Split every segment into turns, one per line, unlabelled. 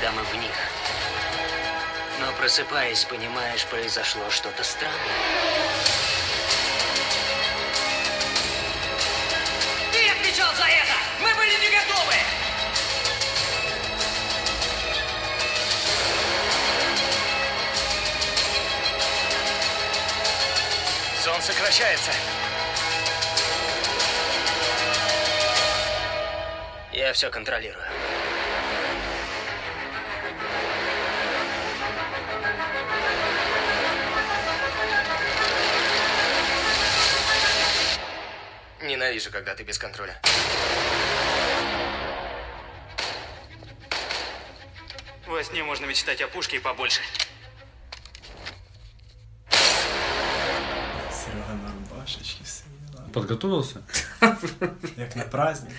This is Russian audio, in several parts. прямо в них. Но просыпаясь, понимаешь, произошло что-то странное.
Ты отвечал за это! Мы были не готовы!
Зон сокращается.
Я все контролирую.
Ненавижу, когда ты без контроля. Во сне можно мечтать о пушке и побольше.
Серега на рубашечке, все дела.
Подготовился?
Як на праздник.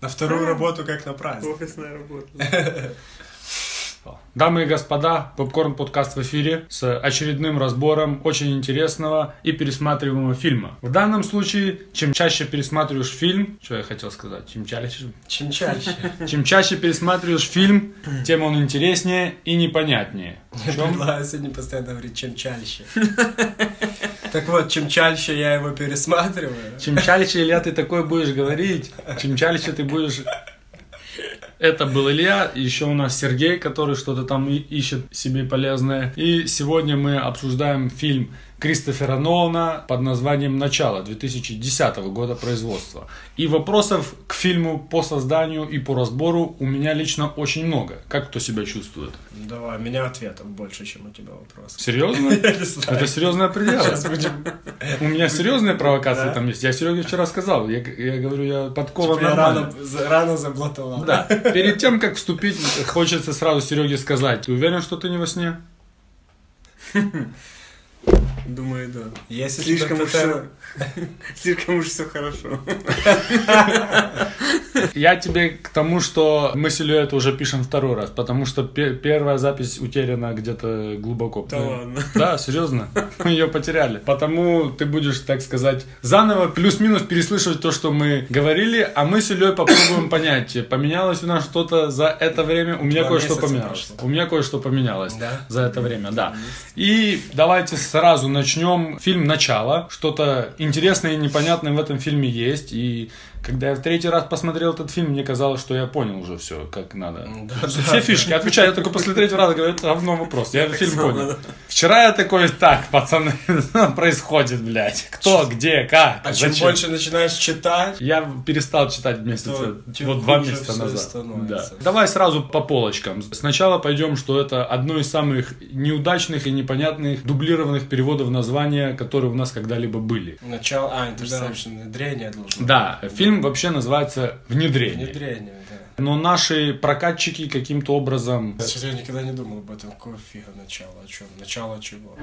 На вторую работу, как на праздник.
Офисная работа.
Дамы и господа, Попкорн подкаст в эфире с очередным разбором очень интересного и пересматриваемого фильма. В данном случае, чем чаще пересматриваешь фильм, что я хотел сказать, чем чаще,
Чем чаще.
чем чаще пересматриваешь фильм, тем он интереснее и непонятнее. В
Я
чем?
предлагаю сегодня постоянно говорить, чем чаще. Так вот, чем чаще я его пересматриваю,
Чем чаще, Илья, ты такой будешь говорить, чем чаще ты будешь... Это был Илья, еще у нас Сергей, который что-то там и- ищет себе полезное. И сегодня мы обсуждаем фильм Кристофера Нолана под названием «Начало» 2010 года производства. И вопросов к фильму по созданию и по разбору у меня лично очень много. Как кто себя чувствует?
Ну, Давай, у меня ответов больше, чем у тебя вопросов.
Серьезно?
не знаю.
Это серьезное предел.
Сейчас будем.
У меня серьезные провокации
Да.
там есть. Я Сереге вчера сказал. Я, я говорю, я подкован
Я
нормально.
рано, за- рано заблатовал.
Да. Перед тем, как вступить, хочется сразу Сереге сказать. Ты уверен, что ты не во сне?
Думаю, да.
Если
Слишком
тебя
уж
кто-то-
все... Слишком уж все хорошо.
Я тебе к тому, что мы с Ильей это уже пишем второй раз, потому что пе- первая запись утеряна где-то глубоко.
Да ладно.
Да, серьезно. Мы ее потеряли. Потому ты будешь, так сказать, заново плюс-минус переслышивать то, что мы говорили, а мы с Ильей попробуем понять, поменялось у нас что-то за это время. У меня
Два
кое-что
месяца
поменялось.
прошло.
У меня кое-что поменялось
Да?
за это время, да. И давайте сразу начнем фильм «Начало». Что-то интересное и непонятное в этом фильме есть. И когда я в третий раз посмотрел этот фильм, мне казалось, что я понял уже все, как надо.
Да,
Все
да.
фишки. Отвечаю, я только после третьего раза говорю, это равно вопрос. Я фильм понял. Вчера я такой, так, пацаны, происходит, блядь. Кто, где, как,
А чем
зачем.
больше начинаешь читать,
Я перестал читать месяца,
То тем
вот два
хуже
месяца
всё
назад. Да.
становится.
Давай сразу по полочкам. Сначала пойдем, что это одно из самых неудачных и непонятных дублированных переводов названия, которые у нас когда-либо были.
начало... А, интерсепшн, внедрение должно.
Да, фильм вообще называется «Внедрение».
Внедрение, да.
Но наши прокатчики каким-то образом...
Значит, я никогда не думал об этом. Какого фига начало? О чем? Начало чего?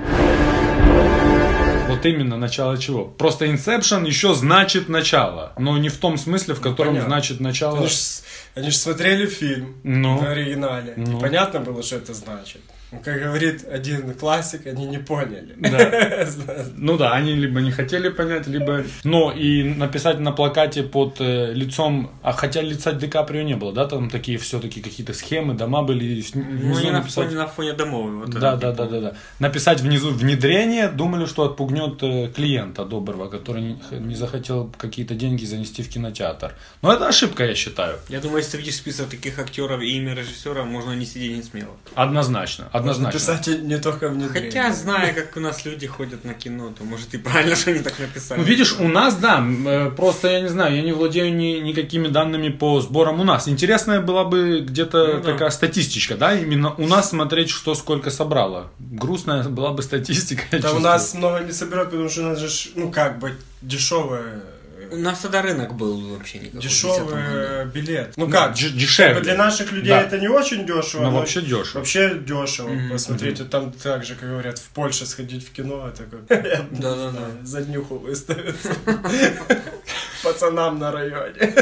Вот именно начало чего? Просто Inception еще значит начало, но не в том смысле, в котором
понятно.
значит начало...
Они же они ж смотрели фильм
Ну.
в оригинале.
Ну.
И понятно было, что это значит. Но, как говорит один классик, они не поняли.
Да. Ну да, они либо не хотели понять, либо... Но и написать на плакате под э, лицом... А хотя лица Ди Каприо не было, да? Там такие все-таки какие-то схемы, дома были. и с-
Ну,
внизу
не на
написать-
фоне, на фоне домовой. Вот это типа.
Да,
не
да, да,
помню.
да, да. Написать внизу внедрение, думали, что отпугнет э, клиента доброго, который не, х- не захотел какие-то деньги занести в кинотеатр. Но это ошибка, я считаю.
Я думаю, если ты видишь список таких актеров и имя режиссера, можно не сидеть не смело.
Однозначно, однозначно.
Написать не только внедрение.
Хотя, зная, как у нас люди ходят на кино, то может и правильно, что они так написали.
Ну, видишь, у нас, да, м, э, просто я не знаю, я не владею ни, никакими данными по сборам у нас. Интересная была бы где-то
Ну да.
такая статистичка, да, именно у нас смотреть, что сколько собрало. Грустная была бы статистика. я
Да у
чувствую.
нас много не соберет, потому что у нас же, ж, ну, как бы, дешевый,
У нас тогда рынок был вообще никакой. в 10-м году.
дешевый билет. Ну,
Ну,
как,
дж-
как бы
дешевле.
для наших людей
Да.
это не очень дешево.
Но вообще дешево.
Вообще дешево.
Мгм.
Посмотрите, там так же, как говорят, в Польше сходить в кино, это как... я не
Да-да-да.
знаю, За днюху выставиться. Пацанам на районе.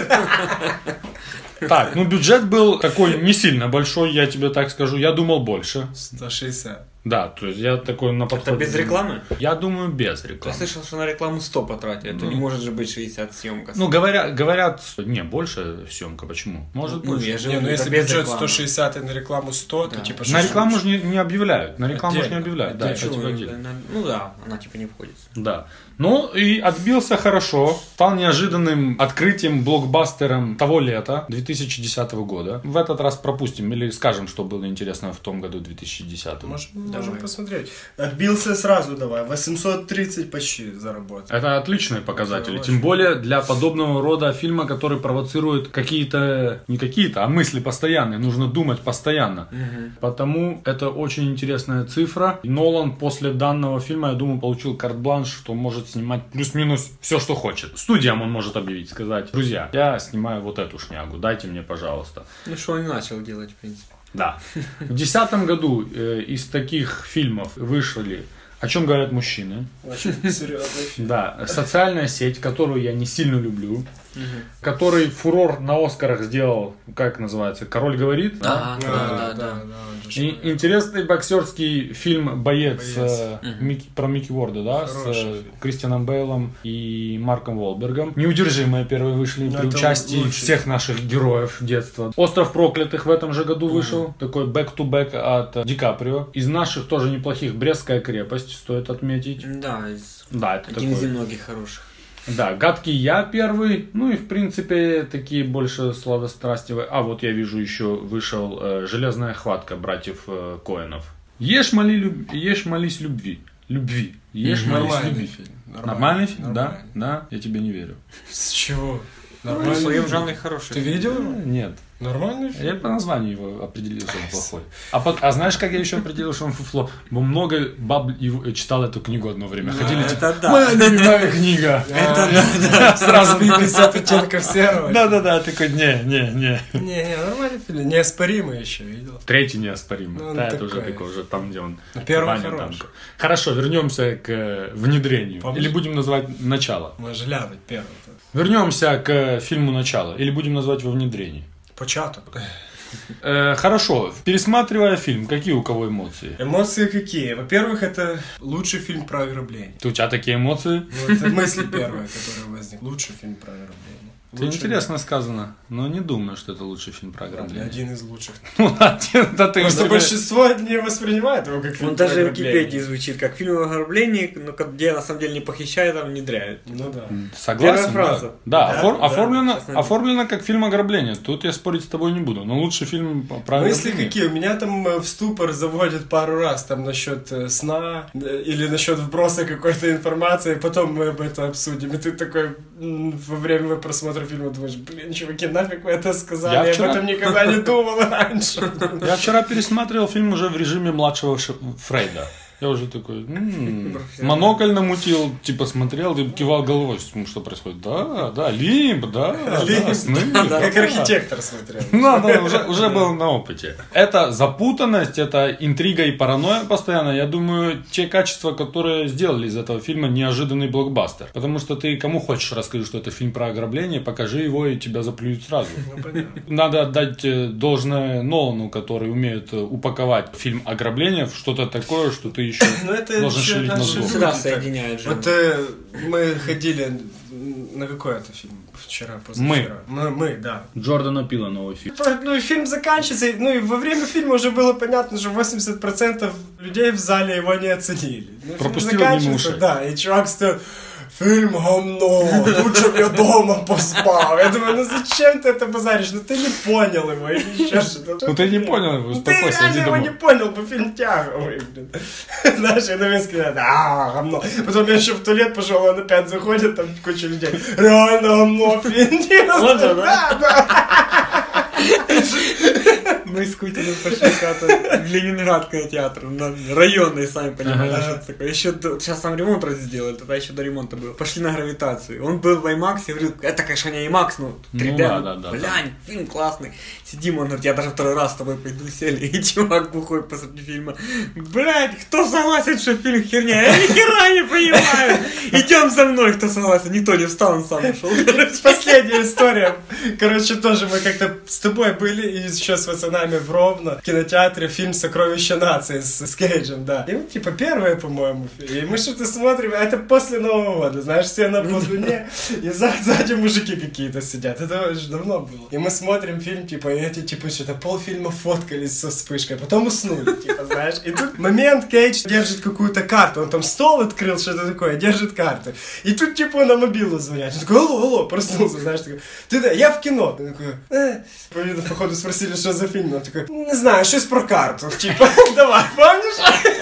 Так, ну бюджет был такой не сильно большой, я тебе так скажу. Я думал больше.
160.
Да, то есть я такой на подходе.
Это без рекламы?
Я думаю, без
Я
рекламы.
слышал, что на рекламу 100 потратили. Это не может же быть 60 съемка.
Ну, говорят, говорят, не, больше съемка, почему? Может,
Ну,
больше.
я же
Не, ну
говорю,
если
это без
бюджет
рекламы.
160 и на рекламу 100, то
Да.
типа...
На
что-
рекламу же не, не объявляют. На рекламу же не
Отдельно.
объявляют. Да,
Да,
это
чего,
типа отдельно.
на- ну да, она типа не входит.
Да. Ну и отбился хорошо. Стал неожиданным открытием, блокбастером того лета 2010 года. В этот раз пропустим или скажем, что было интересно в том году 2010.
Можем, можем посмотреть. Отбился сразу давай. 830 почти заработал.
Это отличные показатели,
Это
тем
очень-
более для подобного рода фильма, который провоцирует какие-то, не какие-то, а мысли постоянные, нужно думать постоянно. Потому это очень интересная цифра. И Нолан после данного фильма, я думаю, получил карт-бланш, что может снимать плюс-минус все, что хочет. Студиям он может объявить, сказать, друзья, я снимаю вот эту шнягу, дайте мне, пожалуйста.
Ну что он и начал делать, в принципе.
Да. В 2010 году э, из таких фильмов вышли «О чем говорят мужчины»,
Очень серьезный фильм.
да, социальная сеть, которую я не сильно люблю, который фурор на Оскарах сделал, как называется, «Король говорит».
А, Да, да, да,
да.
да.
он же
И-
шикарный.
интересный боксерский фильм «Боец»,
«Боец».
э, Микки- про Микки Уорда, да, с
Хороший
э,
фильм.
Кристианом Бейлом и Марком Уолбергом. «Неудержимые» первые вышли
Ну,
при
это
участии
лучший.
всех наших героев детства. «Остров проклятых» в этом же году вышел, такой бэк-ту-бэк от э, Ди Каприо. Из наших тоже неплохих «Брестская крепость», стоит отметить.
Да, из-
Да, это
один из
такой-
немногих хороших.
да, гадкий я первый, ну и в принципе такие больше сладострастивые. А вот я вижу еще вышел э, железная хватка братьев э, Коинов. Ешь, моли, люб- ешь, молись любви, любви, ешь, молись
Нормальный
любви.
фильм.
Нормальный фильм,
нормальный.
да, да, я тебе не верю.
С чего?
Ну, В своем
фильм.
жанре хороший.
Ты видел его?
Э, Нет,
Нормальный фильм.
я по названию его определил, что он плохой. А, пот- а знаешь, как я еще определил, что он фуфло? Бо много баб его- э, читал эту книгу одно время. Ходили типа,
Это да.
«Моя любимая книга.
Сразу 50 оттенков серого.
Да-да-да, такой, не, не, не.
Не, не, нормальный фильм. Неоспоримый еще видел.
Третий неоспоримый.
Ну, он
да, это
такой.
уже такой, уже там, где он.
Ну, первый
Ваня
хороший.
там. Хорошо, вернемся к э, внедрению.
Помнишь?
Или будем называть начало.
Мы же глянуть первым.
Вернемся к э, фильму начало. Или будем назвать его внедрение.
Початок.
Э, хорошо, пересматривая фильм, какие у кого эмоции?
Эмоции какие? Во-первых, это лучший фильм про ограбление.
Ты- у тебя такие эмоции?
Ну, это мысль первая, которая возникла. Лучший фильм про ограбление.
Это
Лучший-
интересно сказано, но не думаю, что это лучший фильм про
Ладно,
ограбление.
Один из лучших.
Ну, один, да ты
Просто
уже-
большинство не воспринимает его как фильм
Он
про
даже в
ограбление.
Википедии звучит как фильм о ограблении, но где на самом деле не похищают, а внедряют.
Ну да.
Согласен,
Первая
да.
фраза.
Да,
Да,
офор-
да,
оформлено,
сейчас найду.
оформлено как фильм ограбления. Тут я спорить с тобой не буду, но лучший фильм про
Мысли
ограбление.
какие? У меня там э, в ступор заводят пару раз там насчет э, сна э, или насчет вброса какой-то информации, а потом мы об этом обсудим. И ты такой м, во время просмотра фильма думаешь, блин, чуваки, нафиг вы это сказали,
Я
я,
вчера-
об этом никогда не думал раньше.
Я вчера пересматривал фильм уже в режиме младшего Ш- Фрейда. Я уже такой, м, монокль намутил, типа смотрел, и кивал головой, ну, что происходит. Да, да, лимб, да, да,
Лимб,
сны, да.
Как архитектор смотрел.
Ну, да, уже, уже был на опыте. Это запутанность, это интрига и паранойя постоянно. Я думаю, те качества, которые сделали из этого фильма неожиданный блокбастер. Потому что ты кому хочешь расскажи, что это фильм про ограбление, покажи его, и тебя заплюют сразу. Надо отдать э, должное Нолану, который умеет э, упаковать фильм ограбления в что-то такое, что ты еще
Ну, это
должен
еще
шевелить
наши
мозгом.
люди.
Сюда соединяют же.
Вот э, мы ходили на какой это фильм вчера, позавчера? Мы. Мы, да.
Джордана Пила новый фильм.
Ну, и фильм заканчивается, и- ну и во время фильма уже было понятно, что 80% людей в зале его не оценили. Ну, фильм
Пропустило мимо
заканчивается,
ушей.
Да, и чувак стоит, фильм говно, лучше бы ну, я дома поспал. Я думаю, ну зачем ты это базаришь? Ну ты не понял его или еще что-то.
Ну ты не понял его,
Ну, Ты
успокойся,
реально
иди
его
домой.
не понял, по фильм тяговый, блин. Знаешь, я на весь кино, «А, говно. Потом я еще в туалет а пошел, он опять заходит, там куча людей. Реально говно, фильм
Вот же,
Да, да.
Мы с Кутиным пошли куда-то в Ленинград кинотеатр, на районный, Ну, сами понимаете,
Ага.
что это такое. Еще до- сейчас там ремонт раз сделали, тогда еще до ремонта было. Пошли на гравитацию. Он был в IMAX, я говорю, это, конечно, не IMAX, но
Ну
3D,
да,
ну,
да, да,
блянь, фильм классный. Сидим, он говорит, я даже второй раз с тобой пойду, сели, и чувак бухой посреди фильма. Блядь, кто согласен, что фильм херня? Я ни хера не понимаю. Идем за мной, кто согласен. Никто не встал, он сам ушел.
Последняя история. Короче, тоже мы как-то с тобой были, и еще с пацанами нами в Ровно в кинотеатре фильм «Сокровища нации» с, с Кейджем, да. И вот, типа, первое, по-моему, и мы что-то смотрим, а это после Нового года, знаешь, все на полдуне, и за- сзади мужики какие-то сидят. Это уже давно было. И мы смотрим фильм, типа, и эти, типа, что-то полфильма фоткались со вспышкой, а потом уснули, типа, знаешь. И тут момент Кейдж держит какую-то карту, он там стол открыл, что-то такое, держит карты. И тут, типа, на мобилу звонят. Он такой, алло, алло, проснулся, знаешь, такой, ты да, я в кино. Я такой, «Э». По виду, походу, спросили, что за фильм. Он такой, не знаю, щось про карту. Типа, давай, помнишь?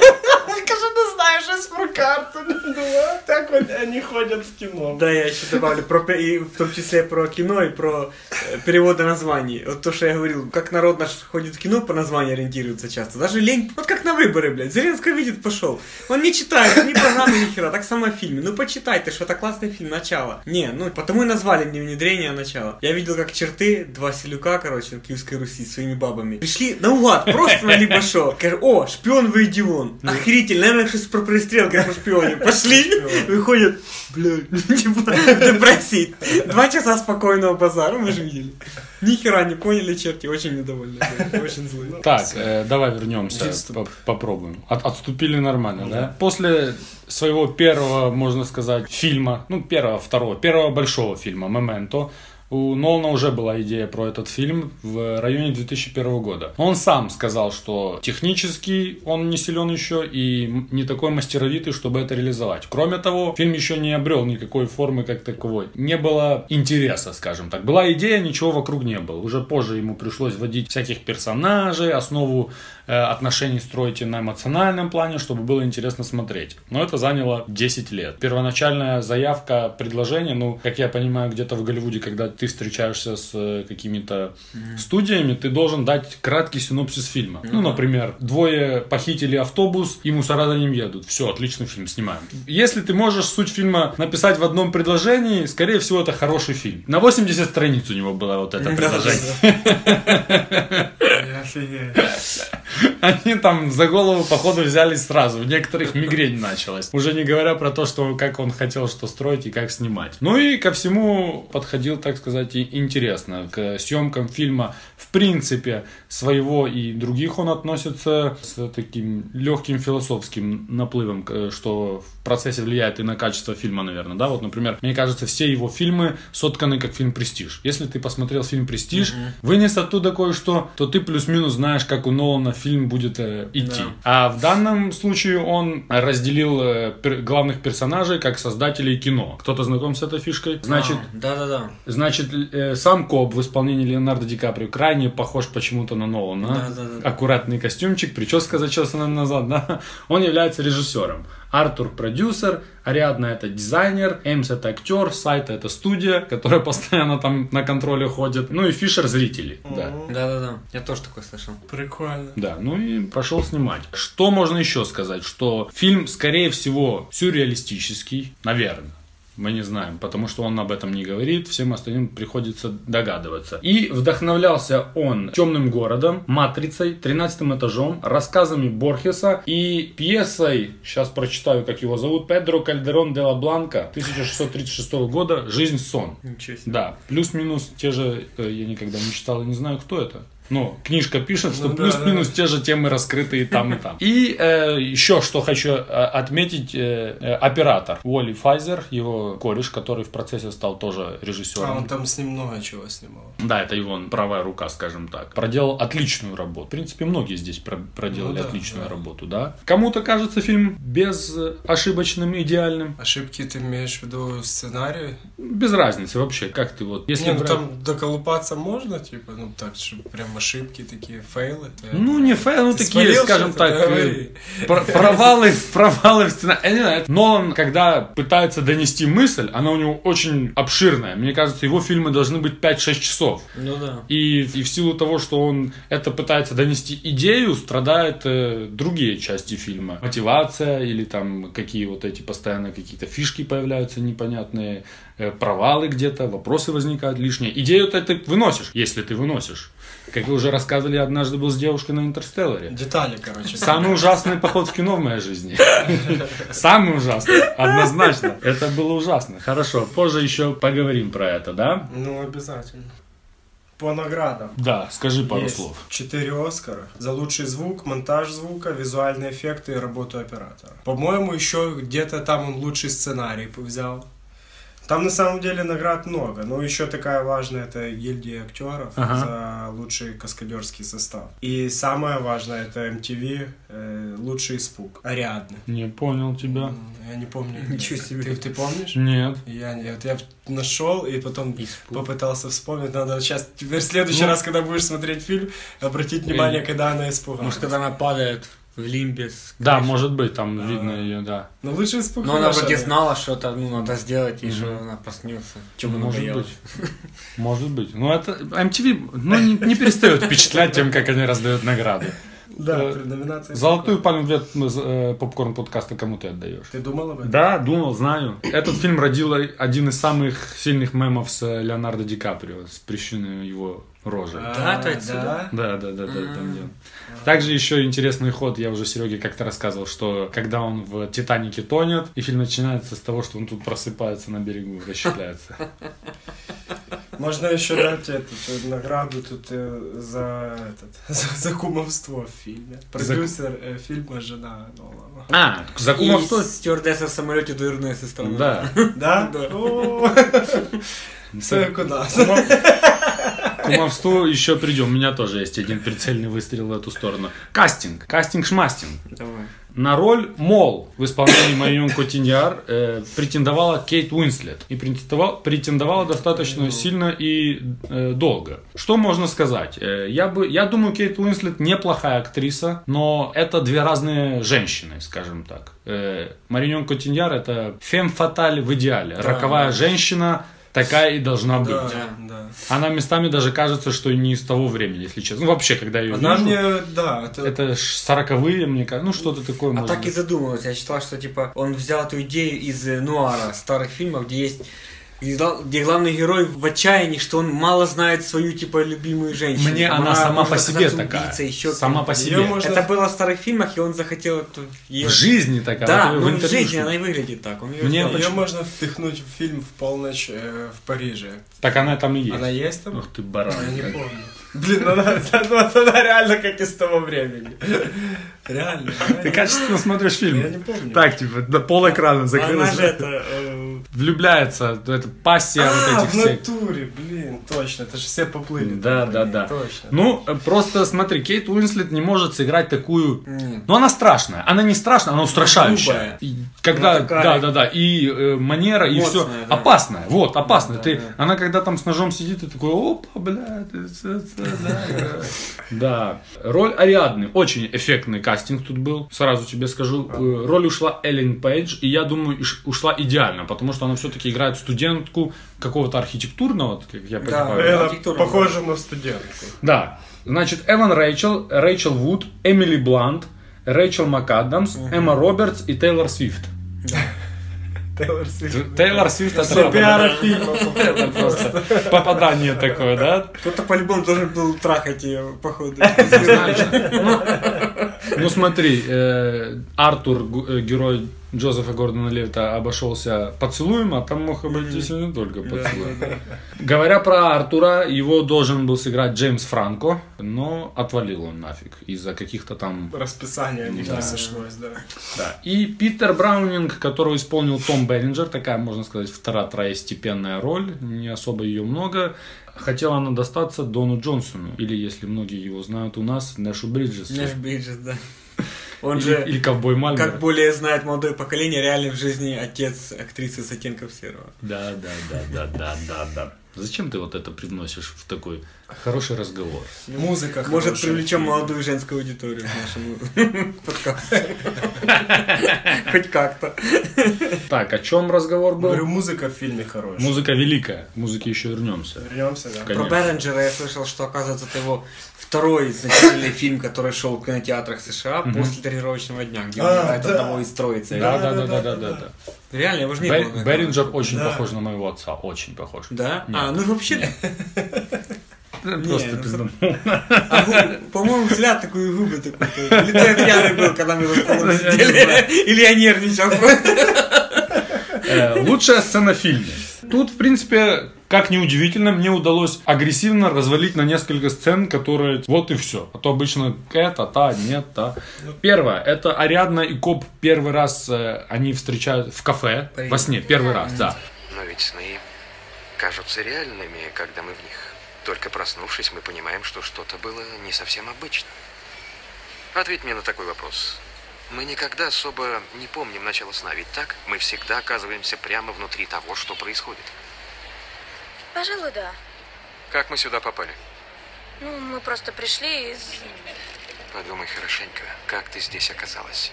Он каже, не знаю, щось про карту. Ну, а так вот они ходят в кино.
Да, я еще добавлю, про, пе- и в том числе про кино и про э, переводы названий. Вот то, что я говорил, как народ наш ходит в кино, по названию ориентируется часто. Даже лень, вот как на выборы, блядь. Зеленский видит, пошел. Он не читает ни программы, ни хера, так само в фильме. Ну почитай ты, что это классный фильм, начало. Не, ну потому и назвали мне внедрение, а начало. Я видел, как черты, два селюка, короче, в Киевской Руси с своими бабами. Пришли наугад, просто на либо шо. Кажу, о, шпион выйди вон. Охерительно, наверное, что про пристрелки по шпионе. Пошли, выходят, блядь, типа, в депрессии. Два часа спокойного базара, мы же видели. Ни хера не поняли черти, очень недовольны, были, очень злые.
Так, э, давай вернемся,
Отступ.
по- попробуем. От- отступили нормально, да? После своего первого, можно сказать, фильма, ну, первого, второго, первого большого фильма «Моменто», у Нолана уже была идея про этот фильм в районе 2001 года. Он сам сказал, что технически он не силен еще и м- не такой мастеровитый, чтобы это реализовать. Кроме того, фильм еще не обрел никакой формы как таковой. Не было интереса, скажем так. Была идея, ничего вокруг не было. Уже позже ему пришлось вводить всяких персонажей, основу э, отношений строить и на эмоциональном плане, чтобы было интересно смотреть. Но это заняло 10 лет. Первоначальная заявка, предложение, ну, как я понимаю, где-то в Голливуде, когда ты встречаешься с э, какими-то студиями, ты должен дать краткий синопсис фильма. Ну, например, двое похитили автобус и мусора за ним едут. Все, отличный фильм, снимаем. Если ты можешь суть фильма написать в одном предложении, скорее всего, это хороший фильм. На 80 страниц у него было вот это предложение. Они там за голову, походу, взялись сразу. У некоторых мигрень началась. Уже не говоря про то, что как он хотел что строить и как снимать. Ну и ко всему подходил, так сказать, и интересно. К съемкам фильма, в принципе, своего и других он относится с таким легким философским наплывом, к- э, что в процессе влияет и на качество фильма, наверное. Да, вот, например, мне кажется, все его фильмы сотканы как фильм «Престиж». Если ты посмотрел фильм «Престиж», вынес оттуда кое-что, то ты плюс-минус знаешь, как у Нолана фильм будет э, идти. А в данном случае он разделил э, пер- главных персонажей как создателей кино. Кто-то знаком с этой фишкой? Значит,
А, Да-да-да.
Значит, э, сам Коб в исполнении Леонардо Ди Каприо крайне похож почему-то на Нолана.
Да-да-да.
Аккуратный костюмчик, прическа зачесана назад, да. Он является режиссером. Артур – продюсер, Ариадна – это дизайнер, Эмс – это актер, Сайта – это студия, которая постоянно там на контроле ходит. Ну и Фишер – зрители. Да.
Да-да-да. Я тоже такое слышал.
Прикольно.
Да, ну и пошел снимать. Что можно еще сказать? Что фильм, скорее всего, сюрреалистический, наверное. Мы не знаем, потому что он об этом не говорит, всем остальным приходится догадываться. И вдохновлялся он темным городом, матрицей, 13 этажом, рассказами Борхеса и пьесой, сейчас прочитаю, как его зовут, Педро Кальдерон де ла Бланка 1636 года «Жизнь-сон».
Ничего себе.
Да, плюс-минус те же, э, я никогда не читал и не знаю, кто это. Но книжка пишет, что
Ну да,
плюс-минус те же темы раскрыты и там, и там. И еще что хочу э, отметить, э, э, оператор Уолли Файзер, его кореш, который в процессе стал тоже
А
режиссером.
он там с ним много чего снимал.
Да, это его правая рука, скажем так. Проделал отличную работу. В принципе, многие здесь про- проделали
Ну да,
отличную
да.
работу, да. Кому-то кажется фильм безошибочным, идеальным.
Ошибки ты имеешь в виду в сценарии?
Без разницы вообще, как ты вот... Если
Не, ну
брать-
там доколупаться можно, типа, ну так, чтобы прям ошибки такие, фейлы. да.
Ну, не фейл, ну
Ты
такие,
свалил
скажем
что-то?
так, э,
Говори.
пр- провалы, провалы в сценарии. Я не знаю, Нолан, когда пытается донести мысль, она у него очень обширная. Мне кажется, его фильмы должны быть 5-6 часов.
Ну да.
И, и в силу того, что он это пытается донести идею, страдают э, другие части фильма. Мотивация или там какие вот эти постоянно какие-то фишки появляются непонятные, э, провалы где-то, вопросы возникают лишние. Идею-то ты выносишь, если ты выносишь. Как вы уже рассказывали, я однажды был с девушкой на Интерстелларе.
Детали, короче.
Самый ужасный поход в кино в моей жизни. Самый ужасный, однозначно. Это было ужасно. Хорошо, позже еще поговорим про это, да?
Ну, обязательно. по наградам.
Да, скажи пару
Есть
слов.
Четыре Оскара за лучший звук, монтаж звука, визуальные эффекты и работу оператора. По-моему, еще где-то там он лучший сценарий взял. Там на самом деле наград много, но еще такая важная это гильдия актеров
Ага.
за лучший каскадерский состав. И самое важное это MTV э, лучший испуг Ариадны.
Не понял тебя.
Я не помню.
Ничего себе.
Ты, ты помнишь?
Нет.
Я не, вот я нашел и потом
Испуг.
попытался вспомнить. Надо сейчас, теперь в следующий
Ну.
раз, когда будешь смотреть фильм, обратить внимание, когда она испугалась.
Может, когда она падает в лимбе. с
Да,
крыши.
может быть, там видно ее, да.
Но лучше испугалась.
Но Ну, она вроде знала, что это ну, надо сделать, и что она проснется. Чем она
Ну, Может
боялась.
быть. Может быть. Ну, это MTV ну, не, не перестает впечатлять тем, как они раздают награды.
Да,
Э,
при номинации.
Золотую пальму вет- м, з- э, попкорн подкаста кому ты отдаешь?
Ты думал об этом?
Да, думал, знаю. Этот фильм родил один из самых сильных мемов с э, Леонардо Ди Каприо, с прищенной его
А,
рожей.
Да, ты отсюда?
да.
Да, да, да, да, там где он. Также еще интересный ход, я уже Сереге как-то рассказывал, что когда он в Титанике тонет, и фильм начинается с того, что он тут просыпается на берегу, расщепляется.
Можно еще дать эту э, награду тут э, за, этот, за, за кумовство в фильме. Продюсер э, фильма «Жена Нолана».
А, за
И
кумовство?
стюардесса в самолете дверная сестра.
Да.
Да?
Да. Ну,
О, Все у нас.
К Кумовству еще придем. У меня тоже есть один прицельный выстрел в эту сторону. Кастинг. Кастинг-шмастинг.
Давай.
На роль Мол в исполнении Майон Котиньяр э, претендовала Кейт Уинслет. И претендовал- претендовала достаточно сильно и э, долго. Что можно сказать? Э, я, бы, я думаю, Кейт Уинслет неплохая актриса, но это две разные женщины, скажем так. Э, Марион Котиньяр это фем-фаталь в идеале. Роковая женщина такая и должна быть.
Да, да.
Она местами даже кажется, что не из того времени, если честно. Ну, вообще, когда ее
Она
вижу,
мне, да, это
это ж сороковые, мне кажется, ну что-то такое.
А
может
так и
быть.
задумывалась. Я считала, что типа он взял эту идею из э, нуара старых фильмов, где есть где гла- где главный герой в отчаянии, что он мало знает свою типа любимую женщину.
Мне
Там
она сама
может
по себе
оказаться
такая.
убийцей, еще
Сама
кем-то.
по
Её
себе.
можно-
Это было в старых фильмах, и он захотел эту её-
В жизни такая.
Да,
вот
ну в
интервью
жизни
что-то.
она и выглядит так. Он её
Мне
знает.
Ее
почему?
можно впихнуть в фильм «В полночь э, в Париже».
Так она там и есть.
Она есть там?
Ух ты, баран.
Я не
как.
помню. Блин, она, она- она реально как из того времени. Реально.
Ты
реально.
качественно смотришь фильм.
Я не помню.
Так, типа, до пол экрана
Она
закрылась.
же это... э,
Влюбляется, это пассия
А,
вот этих
в
всех.
натуре, блин, точно, это же все поплыли.
Да,
Блин,
да, да.
Точно.
Ну, э, просто смотри, Кейт Уинслет не может сыграть такую...
Нет.
Ну, она страшная. Она не страшная, она устрашающая.
Грубая.
И когда...
Она такая-
Да, да, да. И э, манера, и
Мощная,
все.
да.
Опасная. Вот, опасная.
Да,
ты...
да.
Она когда там с ножом сидит, ты такой, опа, бля. ты ц- ц- да, да». Да. Роль Ариадны. Очень эффектный кастинг тут был. Сразу тебе скажу.
А.
Э, Роль ушла Эллен Пейдж. И я думаю, иш- ушла идеально. Потому что она все-таки играет студентку какого-то архитектурного, как я понимаю.
да.
Э, Это
Архитектура
похоже на студентку.
Да. Значит, Эван Рэйчел, Рэйчел Вуд, Эмили Блант, Рэйчел МакАдамс, Эмма Робертс и Тейлор Свифт.
Тейлор Свифт.
Тейлор Свифт
Все
это
пиара фильма. походу, просто.
попадание такое, да?
Кто-то по-любому должен был трахать ее, походу.
Ну смотри, э, Артур, гу- э, герой Джозефа Гордона Левита, обошелся поцелуем, а там мог обойтись и не только поцелуем. Говоря про Артура, его должен был сыграть Джеймс Франко, но отвалил он нафиг из-за каких-то там
Расписание у них не сошлось, да.
Да. И Питер Браунинг, которого исполнил Том Беринджер, такая, можно сказать, вторая троестепенная роль, не особо ее много. Хотела она достаться Дону Джонсону, или, если многие его знают у нас, Нэшу Бриджесу.
Наш Бриджес, да. Он
Или,
же,
или Ковбой Мальборо.
А как более знает молодое поколение, реально в жизни отец актрисы с оттенков серого.
Да, да, да, да, да, да, да. Зачем ты вот это привносишь в такой хороший разговор?
Музыка
Может,
хорошая.
привлечем молодую женскую аудиторию к нашему подкасту. Хоть как-то.
Так, о чем разговор был?
Говорю, музыка в фильме хорошая.
Музыка великая. К музыке еще вернемся.
Вернемся, да.
Конечно.
Про Беренджера я слышал, что, оказывается, это его второй значительный фильм, который шел в кинотеатрах США после тренировочного дня, где он
А,
играет
да.
одного из троицы.
Да, да, да, да, да, да. да.
Реально, его же не было.
Бе-
на
Беринджер очень
Да.
похож на моего отца, очень похож.
Да?
Нет.
А, ну вообще,
Просто
ну,
пизданул.
а губ- по-моему, взгляд такой и губы такой. Или ты пьяный был, когда мы за столом сидели, или я нервничал просто.
Э, Лучшая сцена в фильме. Тут, в принципе, Как неудивительно, мне удалось агрессивно развалить на несколько сцен, которые вот и все. А то обычно это, та, нет, та. Первое, это Ариадна и Коп первый раз э, они встречают в кафе во сне, первый раз, да.
Но ведь сны кажутся реальными, когда мы в них. Только проснувшись, мы понимаем, что что-то было не совсем обычно. Ответь мне на такой вопрос. Мы никогда особо не помним начало сна, ведь так? Мы всегда оказываемся прямо внутри того, что происходит.
Пожалуй, да.
Как мы сюда попали?
Ну, мы просто пришли из...
Подумай хорошенько, как ты здесь оказалась?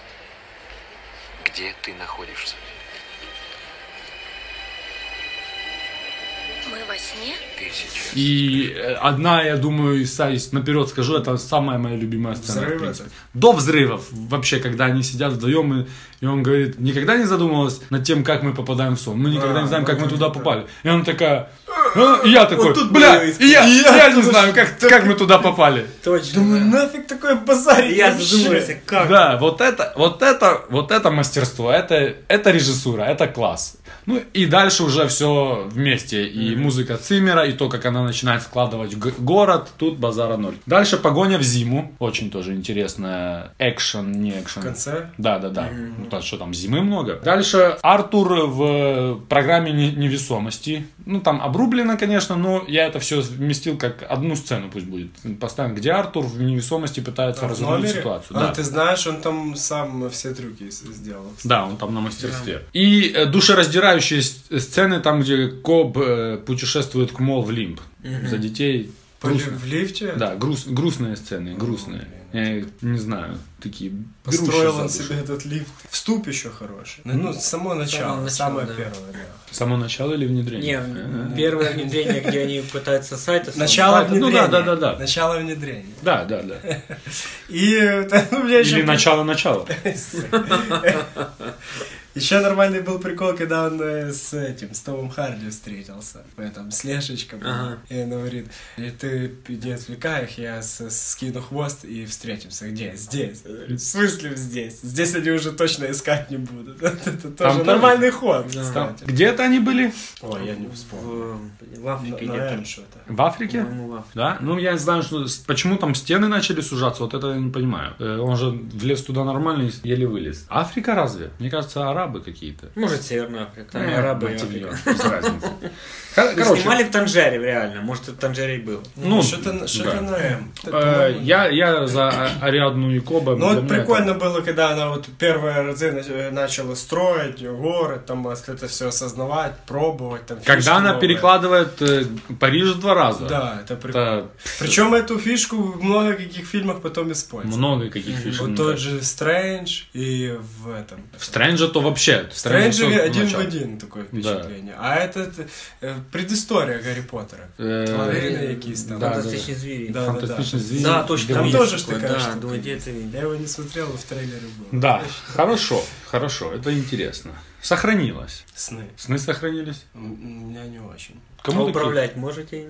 Где ты находишься?
Мы во сне?
Ты сейчас.
И э, одна, я думаю, из са- из- наперед скажу, это самая моя любимая сцена. в
Взрывы?
принципе. До взрывов вообще, когда они сидят вдвоем, и, и он говорит, никогда не задумывалась над тем, как мы попадаем в сон. Мы никогда
А,
не знаем, как
да,
мы
да,
туда
да.
попали. И он такая, «А?» и я такой,
тут
бля,
было
и я,
и
и
я
я не
тоже
знаю, как, как мы туда попали.
Точно.
Думаю,
да.
нафиг такое базарить
Я
вообще?
задумываюсь, а как?
Да, вот это, вот это, вот это мастерство, это, это режиссура, это класс. Ну и дальше уже все вместе. И музыка Циммера, и то, как она начинает складывать г- город, тут базара ноль. Дальше погоня в зиму. Очень тоже интересная. Экшен, не экшен.
В конце?
Да, да, да. Ну, там, что там, зимы много. Дальше Артур в программе не- невесомости. Ну, там обрублено, конечно, но я это все вместил как одну сцену, пусть будет. Поставим, где Артур в невесомости пытается
В
разрулить
номере?
ситуацию.
А
да.
ты знаешь, он там сам все трюки с- сделал.
Да, он там на мастерстве. И э, душераздирающие с- сцены, там, где Коб э, путешествует к Мол в Лимб. За детей.
Блин,
Грустно.
в лифте?
Да, груз- грустные сцены, грустные. Я не знаю, такие...
Построил
берущие
он
за душу.
себе этот лифт. Вступ еще хороший. Ну, само начало,
начало,
самое
да.
первое, да.
Само начало или внедрение?
Не,
А.
первое внедрение, где они пытаются сайта...
Начало
Ну да,
внедрения.
да, да, да.
Начало внедрения.
Да, да, да.
И э, у меня
Или
еще
начало-начало.
Еще нормальный был прикол, когда он э, с этим, с Томом Харди встретился. В этом, с Лешечком.
Ага.
И он говорит, «И ты не отвлекай их, я с- скину хвост и встретимся. Где? Здесь. Он говорит, В смысле здесь? Здесь они уже точно искать не будут. Это тоже
тоже.
нормальный ход,
Там-
кстати.
Где-то они были?
Ой, я не вспомнил.
В, в Африке
Наверное,
где-то.
что-то.
В Африке?
По-моему, в Африке.
Да? Ну, я знаю, что с- почему там стены начали сужаться, вот это я не понимаю. Э, Он же влез туда нормально и еле вылез. Африка разве? Мне кажется, арабы какие-то.
Может, Северная Африка. Там и
Э,
Ну,
арабы, и
быть,
Африка.
без разницы. Кор-
Ну,
Короче, э,
Снимали в Танжере, реально. Может, это Танжере и был.
Ну,
что-то что-то
да.
на М.
э, я, я за А- Ариадну и Коба.
Ну,
для
вот
меня
прикольно
это-
было, когда она вот первые разы на- начала строить город, там а, это все осознавать, пробовать, там фишки
Когда она
новые.
перекладывает э, Париж два раза.
Да, это прикольно.
Это
Причем эту фишку в много каких фильмах потом используют.
много каких фишек.
Вот
мне
тот же
кажется.
Стрэндж и в этом.
В Стрэнджа то вообще.
В Стрэнджере
то
один
начало.
в один такое впечатление. А этот э, предыстория Гарри Поттера.
Э,
Тварины какие-то там.
Да, да,
Фантастичные звери.
Да, да, да.
Фантастичный зверь.
Да, точно.
Там
есть
тоже ж
такое,
такая
Да,
штука
думаю, где это
Я его не смотрел, но в трейлере был.
Да, хорошо, хорошо, это интересно. Сохранилось.
Сны.
Сны сохранились.
М- м, У меня не очень.
А
Кому такие?
управлять можете?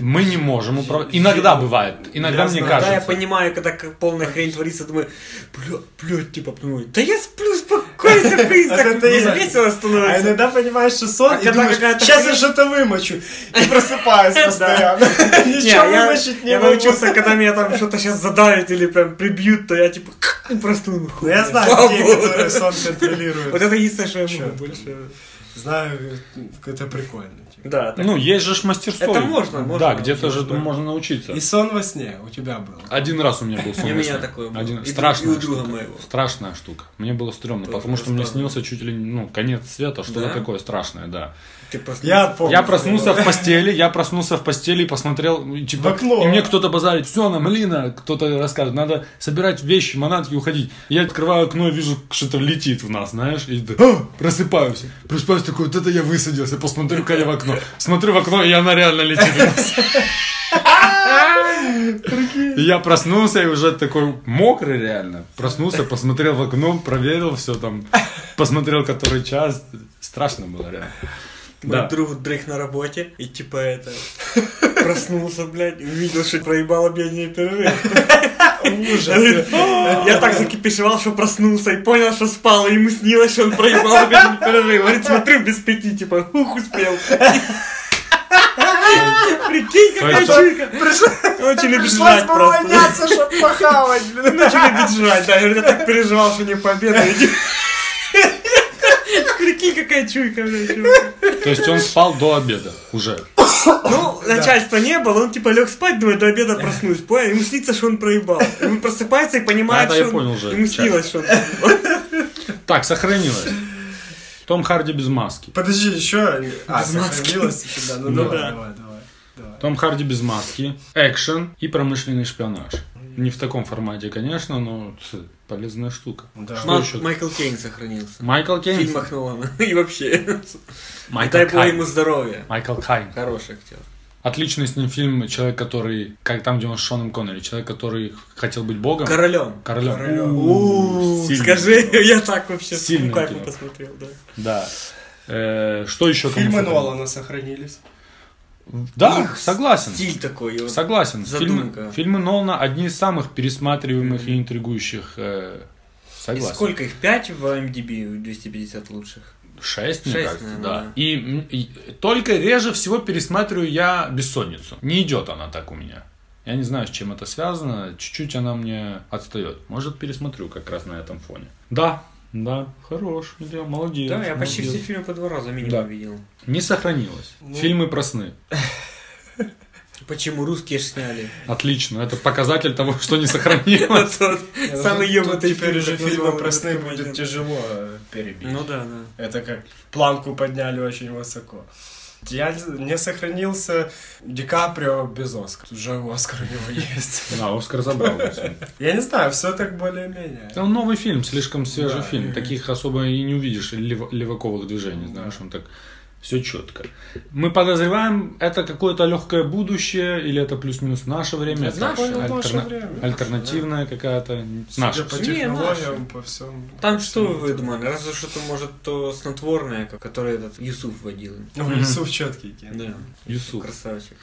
Мы не можем управлять. Иногда бывает. Иногда
Я
мне
знаю.
кажется.
Да, я понимаю, когда как полная хрень творится, думаю, бля, блядь, типа, думаю, да я сплю, спокойся, блин,
А
так
это и-
весело
А
становится.
иногда понимаешь, что сон,
А
и
когда
думаешь,
какая-то
сейчас я
хрень-
что-то вымочу. И просыпаюсь постоянно.
Не,
Ничего
я,
вымочить не
я
могу.
научился, когда меня там что-то сейчас задавят или прям прибьют, то я типа и проснулся.
Ну, я знаю
Слава
людей,
богу.
которые сон
Вот
контролируют.
это единственное, что я
Чёрт.
могу больше.
Знаю, это прикольно. типа.
Да, так.
Ну, есть же ж мастерство.
Это можно, можно
Да, где-то же
научиться, да.
можно научиться.
И сон во сне у тебя был.
Один раз у меня был сон.
И у
во
меня
сне.
такое было. И
Один...
друг-
Страшная
и у друга
штука.
моего.
Страшная штука. Мне было стрёмно,
Тоже
потому что мне
рассказывал.
снился чуть ли не ну, конец света, что-то
Да?
такое страшное, да.
ты проснулся.
Я помню.
Я проснулся в постели, я проснулся в постели и посмотрел, и, типа,
В окно.
и мне кто-то базарит, все, нам Лина, кто-то рассказывает, надо собирать вещи, манатки, уходить. Я открываю окно и вижу, что-то летит в нас, знаешь, и да, «А!» просыпаюсь. Просыпаюсь такой, вот это я высадился, посмотрю-ка я в окно. Смотрю в окно, и она реально летит в нас. И я проснулся и уже такой мокрый реально. Проснулся, посмотрел в окно, проверил все там, посмотрел который час. Страшно было реально.
Мой
Да.
друг дрых на работе, и типа это... Проснулся, блядь, увидел, что проебал обеденный перерыв. Ужас. Я так закипишевал, что проснулся, и понял, что спал, и ему снилось, что он проебал обеденный перерыв. Говорит, смотрю, без пяти, типа, ух, успел. Прикинь, какая
есть-
чуйка. Очень любит жрать просто.
чтобы похавать, блин.
Очень любит жрать, да. Говорит, я так переживал, что не пообедаете. Прикинь, какая чуйка, блин, чувак.
То есть он спал до обеда уже.
Ну, начальства не было, он типа лег спать, думает, до обеда проснусь, понял? Ему снится, что он проебал. Он просыпается и понимает,
Да, да, я
что он-
понял уже,
ему
часть.
снилось, что он проебал.
Так, сохранилось. Том Харди без маски.
Подожди, еще... А,
Без маски.
сохранилось у тебя? Ну
Ну
давай,
да.
давай, давай. давай.
Том Харди без маски, экшен и промышленный шпионаж. Не в таком формате, конечно, но ц, полезная штука.
Да.
Что
Ма-
еще?
Ну, Майкл Кейн сохранился.
Майкл
В
Кейн.
фильмах Нолана. И вообще.
Майкл
Дай бог
Кайн.
ему здоровья.
Майкл Кайн.
Хороший актер.
Отличный с ним фильм «Человек, который...» Как там, где он с Шоном Коннери. «Человек, который хотел быть богом».
Королем.
Королем.
У,
Сильный.
Скажи, я так вообще с
Сильный
кайфом
актер.
посмотрел, да.
Да. Э, что еще? кому
Фильмы
сохранилось?
Нолана сохранились.
Да,
Их
согласен.
Стиль такой. вот.
Согласен.
задумка.
Фильмы, фильмы Нолана одни из самых пересматриваемых и интригующих. э,
И
согласен.
сколько их? 5 в МДБ 250 лучших.
Шесть, мне
Шесть,
кажется,
наверное,
да.
да.
И, м, и только реже всего пересматриваю я «Бессонницу». Не идет она так у меня. Я не знаю, с чем это связано. Чуть-чуть она мне отстает. Может, пересмотрю как раз на этом фоне. Да, да, хорош, Илья, молодец.
Да, я почти Ну. все
молодец.
фильмы по два раза
ну, Да.
минимум видел.
Не сохранилось. Фильмы про сны.
Почему русские ж сняли?
Отлично, это показатель того, что не сохранилось.
Вот тот
Я
Самый
думаю, тут
ёбнутый
Теперь
фильм,
уже
как
фильмы
назвал
про
этот
сны
комедиан.
будет тяжело э, перебить.
Ну да, да.
Это как планку подняли очень высоко. Я не сохранился Ди Каприо без Оскара. Уже Оскар у него есть.
Да, Оскар забрал. его сегодня.
Я не знаю, все так более-менее.
Это новый фильм, слишком свежий
Да.
фильм. Таких особо и не увидишь лев- леваковых движений, знаешь, он так все четко. Мы подозреваем, это какое-то легкое будущее, или это плюс-минус наше время,
Это наше, Ну, наше время.
альтернативная какая-то
Судя
наша.
по
Не,
технологиям, по всему.
Там что
Ну,
вы думали? Разве что-то, может, то снотворное, как- которое этот Юсуф водил.
Ну, Юсуф четкий кино.
Да.
Юсуф.
Красавчик.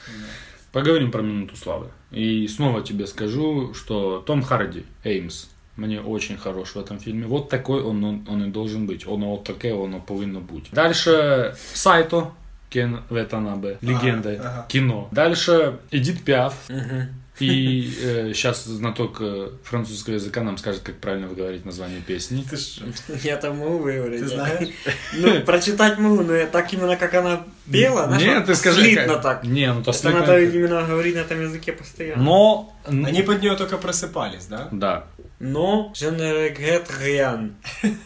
Поговорим про минуту славы. И снова тебе скажу, что Том Харди, Эймс, мне очень хорош в этом фильме. Вот такой он, он, он и должен быть. Он вот таке, воно повинно бути. Дальше Сайто, Кен Ветанабе, легенда,
ага.
кино. Дальше Эдит Пиаф.
Мгм.
И сейчас знаток э, французского языка нам скажет, как правильно выговорить название песни.
Ты ж-
Я-то могу выговорить.
ты знаешь?
Ну, прочитать могу, но я так именно как она пела, знаешь,
Нет,
вот
ты скажи.
слитно
как-
так.
Не, ну то
Это
слитно.
надо именно говорить на этом языке постоянно.
Но... н-
Они под нее только просыпались, да?
Да.
Но je ne regrette rien.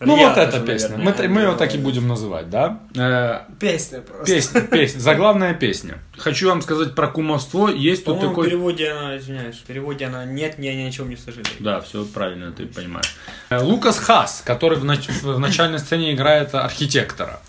Ну
Rien
вот эта
даже,
песня. Мы,
наверное.
т- мы ее так и будем называть, да? Э,
Песня просто.
Песня, песня, заглавная песня. Хочу вам сказать про кумовство. Есть тут
По-моему, в
такой...
переводе она, извиняюсь, в переводе она «Нет, я ни о чем не сожалею».
Да, все правильно ты понимаешь. Э, Лукас Хас, который в, нач- в начальной сцене играет архитектора.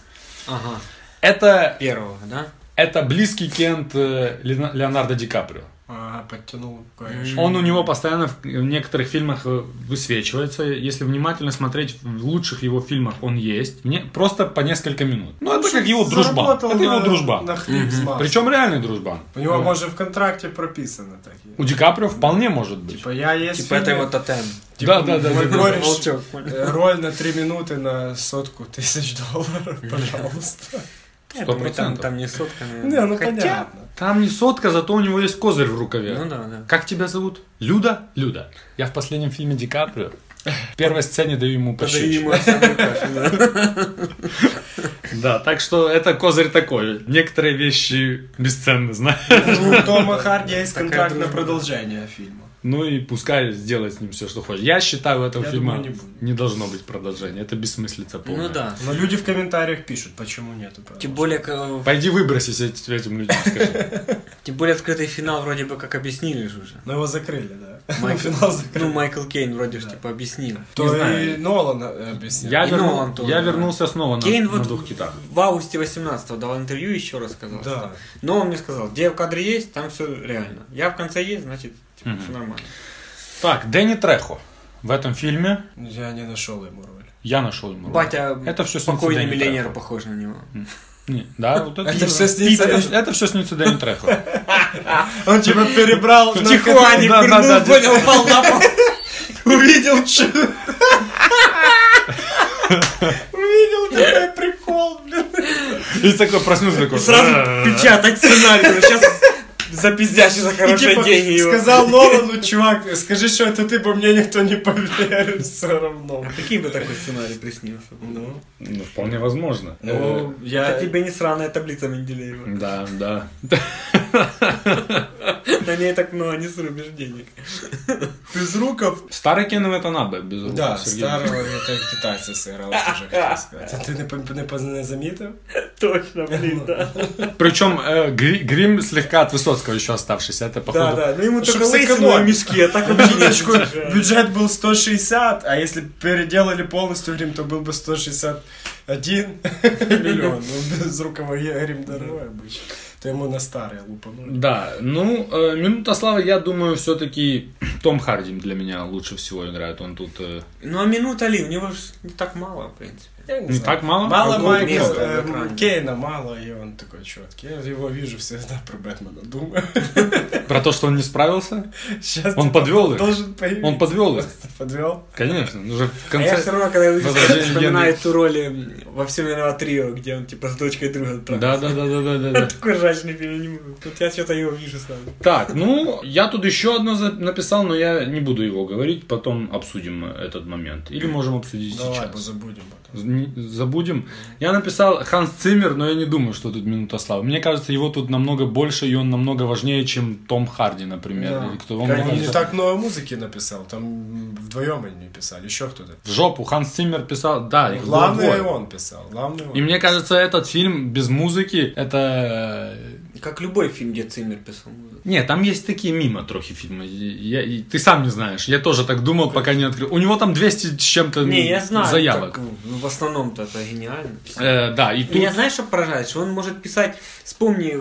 Ага.
Это,
Первого, да?
это близкий кент э, Лена- Леонардо Ди Каприо.
А, подтянул кое-что.
Он у него постоянно в, в некоторых фильмах э, высвечивается. Если внимательно смотреть, в лучших его фильмах он есть. Мне просто по несколько минут. Ну, это как его дружба.
Заработал
Это его
на-
дружба.
На хлеб с маслом.
Причем реальный дружбан.
У него, может, в контракте прописано так.
У Ди Каприо вполне может быть.
Типа, я есть...
Типа это его тотем.
да, да, да.
мой
да, да.
горечь.
Волчок.
Э, Роль на 3 минуты на сотку тысяч долларов, пожалуйста.
Я думаю, ну, там,
процентов.
там не сотка, наверное.
Не, ну
Хотя-
понятно.
Там не сотка, зато у него есть козырь в рукаве.
Ну да, да.
Как тебя зовут? Люда? Люда. Я в последнем фильме Ди Каприо. В первой сцене даю ему
Подари
пощечину.
ему овсяную кашу, да.
Да, так что это козырь такой. Некоторые вещи бесценны, знаешь.
Ну, У Тома Харди есть
Такая
контракт на
дружба.
продолжение фильма.
Ну и пускай сделает с ним все, что хочет. Я считаю, у этого
Я
фильма
думаю, не будет.
не должно быть продолжения. Это бессмыслица полная.
Ну да.
Но люди в комментариях пишут, почему нету
Тем
продолжения.
более, к-
Пойди выбросись эти- этим людям, скажи.
тем более открытый финал вроде бы как объяснили же уже.
Но Ну, его закрыли, да.
Майк-
Финал
Ну,
закрыли.
Майкл Кейн вроде же типа объяснил. Не
То
знаю.
и Нолан э, объяснил.
Я,
И
верну-
Нолан тоже,
я
да.
вернулся снова на,
Кейн
на
вот-
двух китах.
В августе 18 давал интервью, еще раз сказал.
Ну, Да.
Но он мне сказал, где в кадре есть, там все реально. Я в конце есть, значит, типа,
Мгм.
все нормально.
Так, Дэнни Трехо. В этом фильме
Я не нашел ему роль.
я нашел ему. роль.
Батя
Это всё снится
спокойный
Дэнни
миллионер
Трехо.
похож на него.
Не, да, вот это,
Это всё снится-
Это, все снится Дэнни Трехо.
Он типа перебрал на
Тихуане
Да, да,
пырнул,
да,
понял, упал на пол.
Увидел чё? Увидел, какой прикол, блин.
И такой проснулся такой.
И сразу печатать сценарий. Сейчас запиздящий за
И,
хорошие
типа,
деньги его.
сказал Нолану, чувак, скажи, что это ты, бы мне никто не поверит все равно.
Каким бы такой сценарий приснился? Ну,
Ну, вполне возможно.
Ну, я...
Это тебе не сраная таблица Менделеева.
Да, да.
На ней так много не срубишь денег.
Безруков
Старый Кен Ватанабе, без рук.
Да,
Сергей.
старого это китайця сыграла теж, хотів сказати. А ти не, пом- не, поз- не Ну, замітив?
Точно, блин, да.
Причем э, гри- грим слегка от Высоцкого еще оставшийся. Это,
Да,
походу,
да, ну ему
Чтоб
только лысину и
сэкономить.
мешки, а так вообще
Бюджетку-
ничего.
бюджет был 160, а если переделали полностью грим, то был бы 161 миллион. Ну, без рукава грим дорогой обычно. То ему на старый лупанули.
Да, ну, э, минута славы, я думаю, все-таки Том Харди для меня лучше всего играет. Он тут... э,
Ну а минута ли, у него ж не так мало, в принципе.
Я не
не
знаю.
так мало?
Мало
Ну,
Майкл,
место на
э,
экране.
Кейна мало, и он такой четкий. Я его вижу всегда про Бэтмена, думаю.
Про то, что он не справился?
Сейчас
Он подвёл их?
Должен появиться.
Он подвел их?
Просто подвел.
Конечно, уже в
А я все
конце...
равно, когда увидел,
возражений
вспоминаю
Генри.
ту роль э, во всем виноват трио, где он типа с дочкой друга отправился.
Да, да, да, да, да, да, да.
Такой жачный фильм не могу. Тут я что-то его вижу сразу.
Так, ну, я тут еще одно за- написал, но я не буду его говорить, потом обсудим этот момент. Или можем обсудить
Давай,
сейчас.
позабудем потом.
З- не- Забудем. Я написал Ханс Циммер, но я не думаю, что тут минута славы. Мне кажется, его тут намного больше, и он намного важнее, чем Том Харди, например.
Да.
Или кто
Он
он, мне
не
кажется,
так много музыки написал, там вдвоем они писали, еще кто-то.
В жопу Ханс Циммер писал, да, их было
Главное
двое.
он писал, главное он.
И мне кажется, этот фильм без музыки, это... э,
Как любой фильм, где Циммер писал музыку.
Не, там есть такие мимо трохи фильмы. Я- и ты сам не знаешь. Я тоже так думал, пока не открыл. У него там 200 с чем-то
Не, я знаю.
заявок.
так, ну, в основном-то это гениально.
Э, да, и
Меня
тут...
знаешь, что поражает? Что он может писать, вспомни,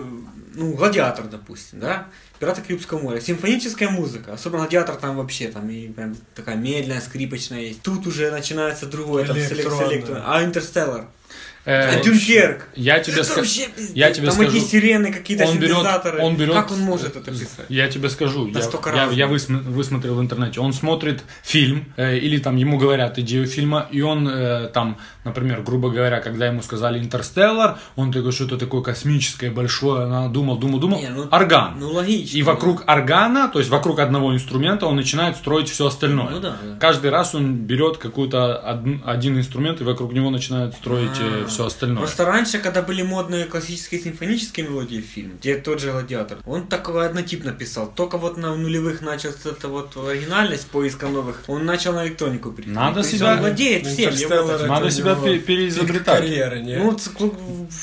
ну, «Гладиатор», допустим, да? «Пираты Карибского моря». Симфоническая музыка. Особенно «Гладиатор» там вообще, там и прям такая медленная, скрипочная есть. Тут уже начинается другое, там, с элек- с
Электронная.
электро- А «Интерстеллар».
э,
А «Дюнкерк».
Я тебе
Это
скажу...
вообще пиздец.
я тебе
Там
скажу,
эти сирены, какие-то
он берет-
синтезаторы.
он берет- э,
Как он может это писать?
Я тебе скажу, я,
Настолько
я,
разные.
я высм- высмотрел в интернете. Он смотрит фильм, э, или там ему говорят идею фильма, и он э, там, например, грубо говоря, когда ему сказали «Интерстеллар», он такой, что-то такое космическое, большое, она думал, думал, думал,
Не, ну-
орган.
Ну, логично.
и вокруг органа, то есть вокруг одного инструмента он начинает строить все остальное.
Ну да, да.
Каждый раз он берет какой-то од- один инструмент и вокруг него начинает строить
А,
все остальное.
Просто раньше, когда были модные классические симфонические мелодии в фильме, где тот же гладиатор, он такого однотипно писал. Только вот на нулевых начал с это вот оригинальность поиска новых. Он начал на электронику перейти.
Надо
То есть
себя-
Ну,
Он владеет всем.
«Интерстеллар»
его-
это
Надо
у
себя
него
пе-
пик
переизобретать.
карьеры, не?
Ну вот ск-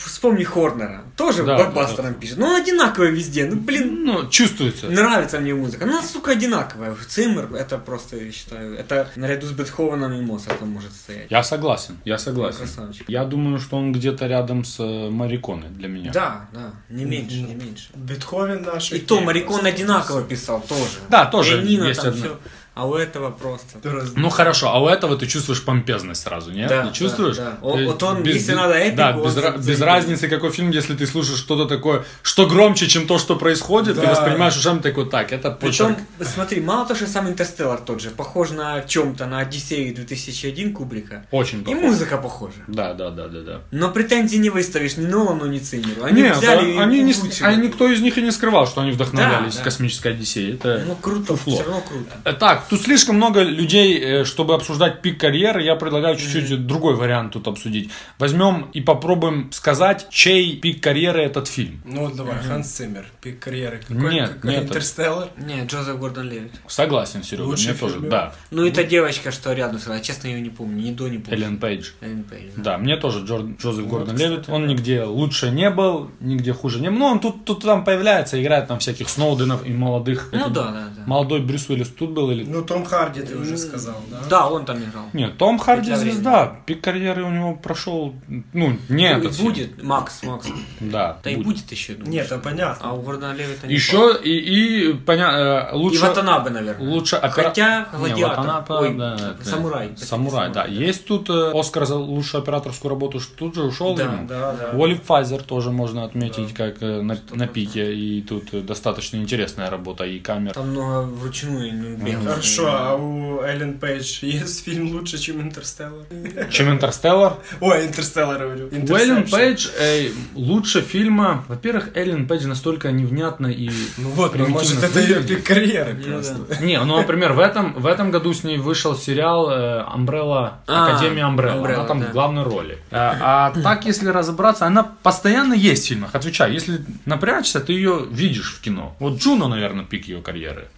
вспомни Хорнера. Тоже
Да,
блокбастером
да, да.
пишет. Ну он одинаковый везде. Ну блин,
Ну, чувствуется.
нравится мне музыка. Она, сука, одинаковая. Циммер это просто, я считаю, это наряду с Бетховеном и Моцартом может стоять.
Я согласен, я согласен.
Красавчик.
Я думаю, что он где-то рядом с э, Мариконой для меня.
Да, да, не меньше, не меньше.
Бетховен наш.
И то
Кейн
Марикон
просто.
одинаково писал тоже.
Да, тоже
Пианино
есть
там
одна.
всё. А у этого просто.
Ты раз-
Ну хорошо, а у этого ты чувствуешь помпезность сразу, нет?
Да,
не чувствуешь?
да, да. О-
Э,
вот он, если надо эпику,
Да,
он
без, ра-
за-
без
за-
разницы, какой фильм, если ты слушаешь что-то такое, что громче, чем то, что происходит, ты
Да.
воспринимаешь ушами такой, так, это
Причем,
почерк.
смотри, мало того, что сам Интерстеллар тот же, похож на чем-то, на Одиссею 2001 Кубрика.
Очень
И
плохо.
музыка похожа.
Да, да, да, да, да.
Но претензий не выставишь ни Нолану, ни Циммеру. Они
Нет,
взяли
а- они
и
не, с-
улучшили.
а никто из них и не скрывал, что они вдохновлялись
Да, да.
космической Одиссеей. Это
Ну круто,
фуфло.
все равно круто.
Э, Так, тут слишком много людей, э, чтобы обсуждать пик карьеры. Я предлагаю чуть-чуть другой вариант тут обсудить. Возьмем и попробуем сказать, чей пик карьеры этот фильм.
Ну давай, Ханс Циммер, пик карьеры. Какой,
Нет,
какой
нет.
Интерстеллар?
Не, Джозеф Гордон Левит.
Согласен, Серега,
Лучший
мне тоже.
фильм,
Да,
Ну и та девочка, что рядом с ней, я честно ее не помню, ни до, ни после.
Эллен Пейдж.
Эллен Пейдж, да.
Да, мне тоже Джор- Джозеф
Ну,
Вот,
Гордон
кстати,
Левит. Он нигде лучше не был, нигде хуже не был. Но он тут, тут там появляется, играет там всяких Сноуденов и молодых.
Ну
Это
да, да, да.
Молодой Брюс Уиллис тут был или...
Ну Том Харди ты уже сказал, да?
Да, он там играл.
Нет, Том Харди
Петля
звезда. Пик карьеры у него прошел... Ну, не
Ну, и
этот фильм.
будет, Макс, Макс.
Да,
Да и
будет.
будет еще, я думаю.
Нет, а понятно.
А у Гордона Левита не было.
Еще и, и поня- э,
И
лучше...
Ватанабе, наверное.
Лучше опера-
Хотя
Не,
Гладиатор.
Ватанапе,
Ой,
да, это-
Самурай. Господи,
Самурай, да. Есть тут э, Оскар за лучшую операторскую работу, что тут же ушел.
Да,
ему.
Да, да.
Уолли Файзер тоже можно отметить как э, на, на пике. И тут э, достаточно интересная работа и камера.
Там много вручную ну, бегал.
Хорошо, а у Эллен Пейдж есть фильм лучше, чем Интерстеллар?
Чем «Интерстеллар».
Ой, Интерстеллар, говорю.
У Эллен
Интерсепшн.
Пейдж э, лучше фильма. Во-первых, Эллен Пейдж настолько невнятно и
Ну вот, ну,
примитивно
может, это ее
выглядит.
пик карьеры просто.
Не, ну, например, в этом, в этом году с ней вышел сериал э, Umbrella,
А,
Академия Umbrella.
Umbrella,
Она там
да.
в главной роли. А, а так, если разобраться, она постоянно есть в фильмах. Отвечаю, если напрячься, ты ее видишь в кино. Вот Джуно, наверное, пик ее карьеры.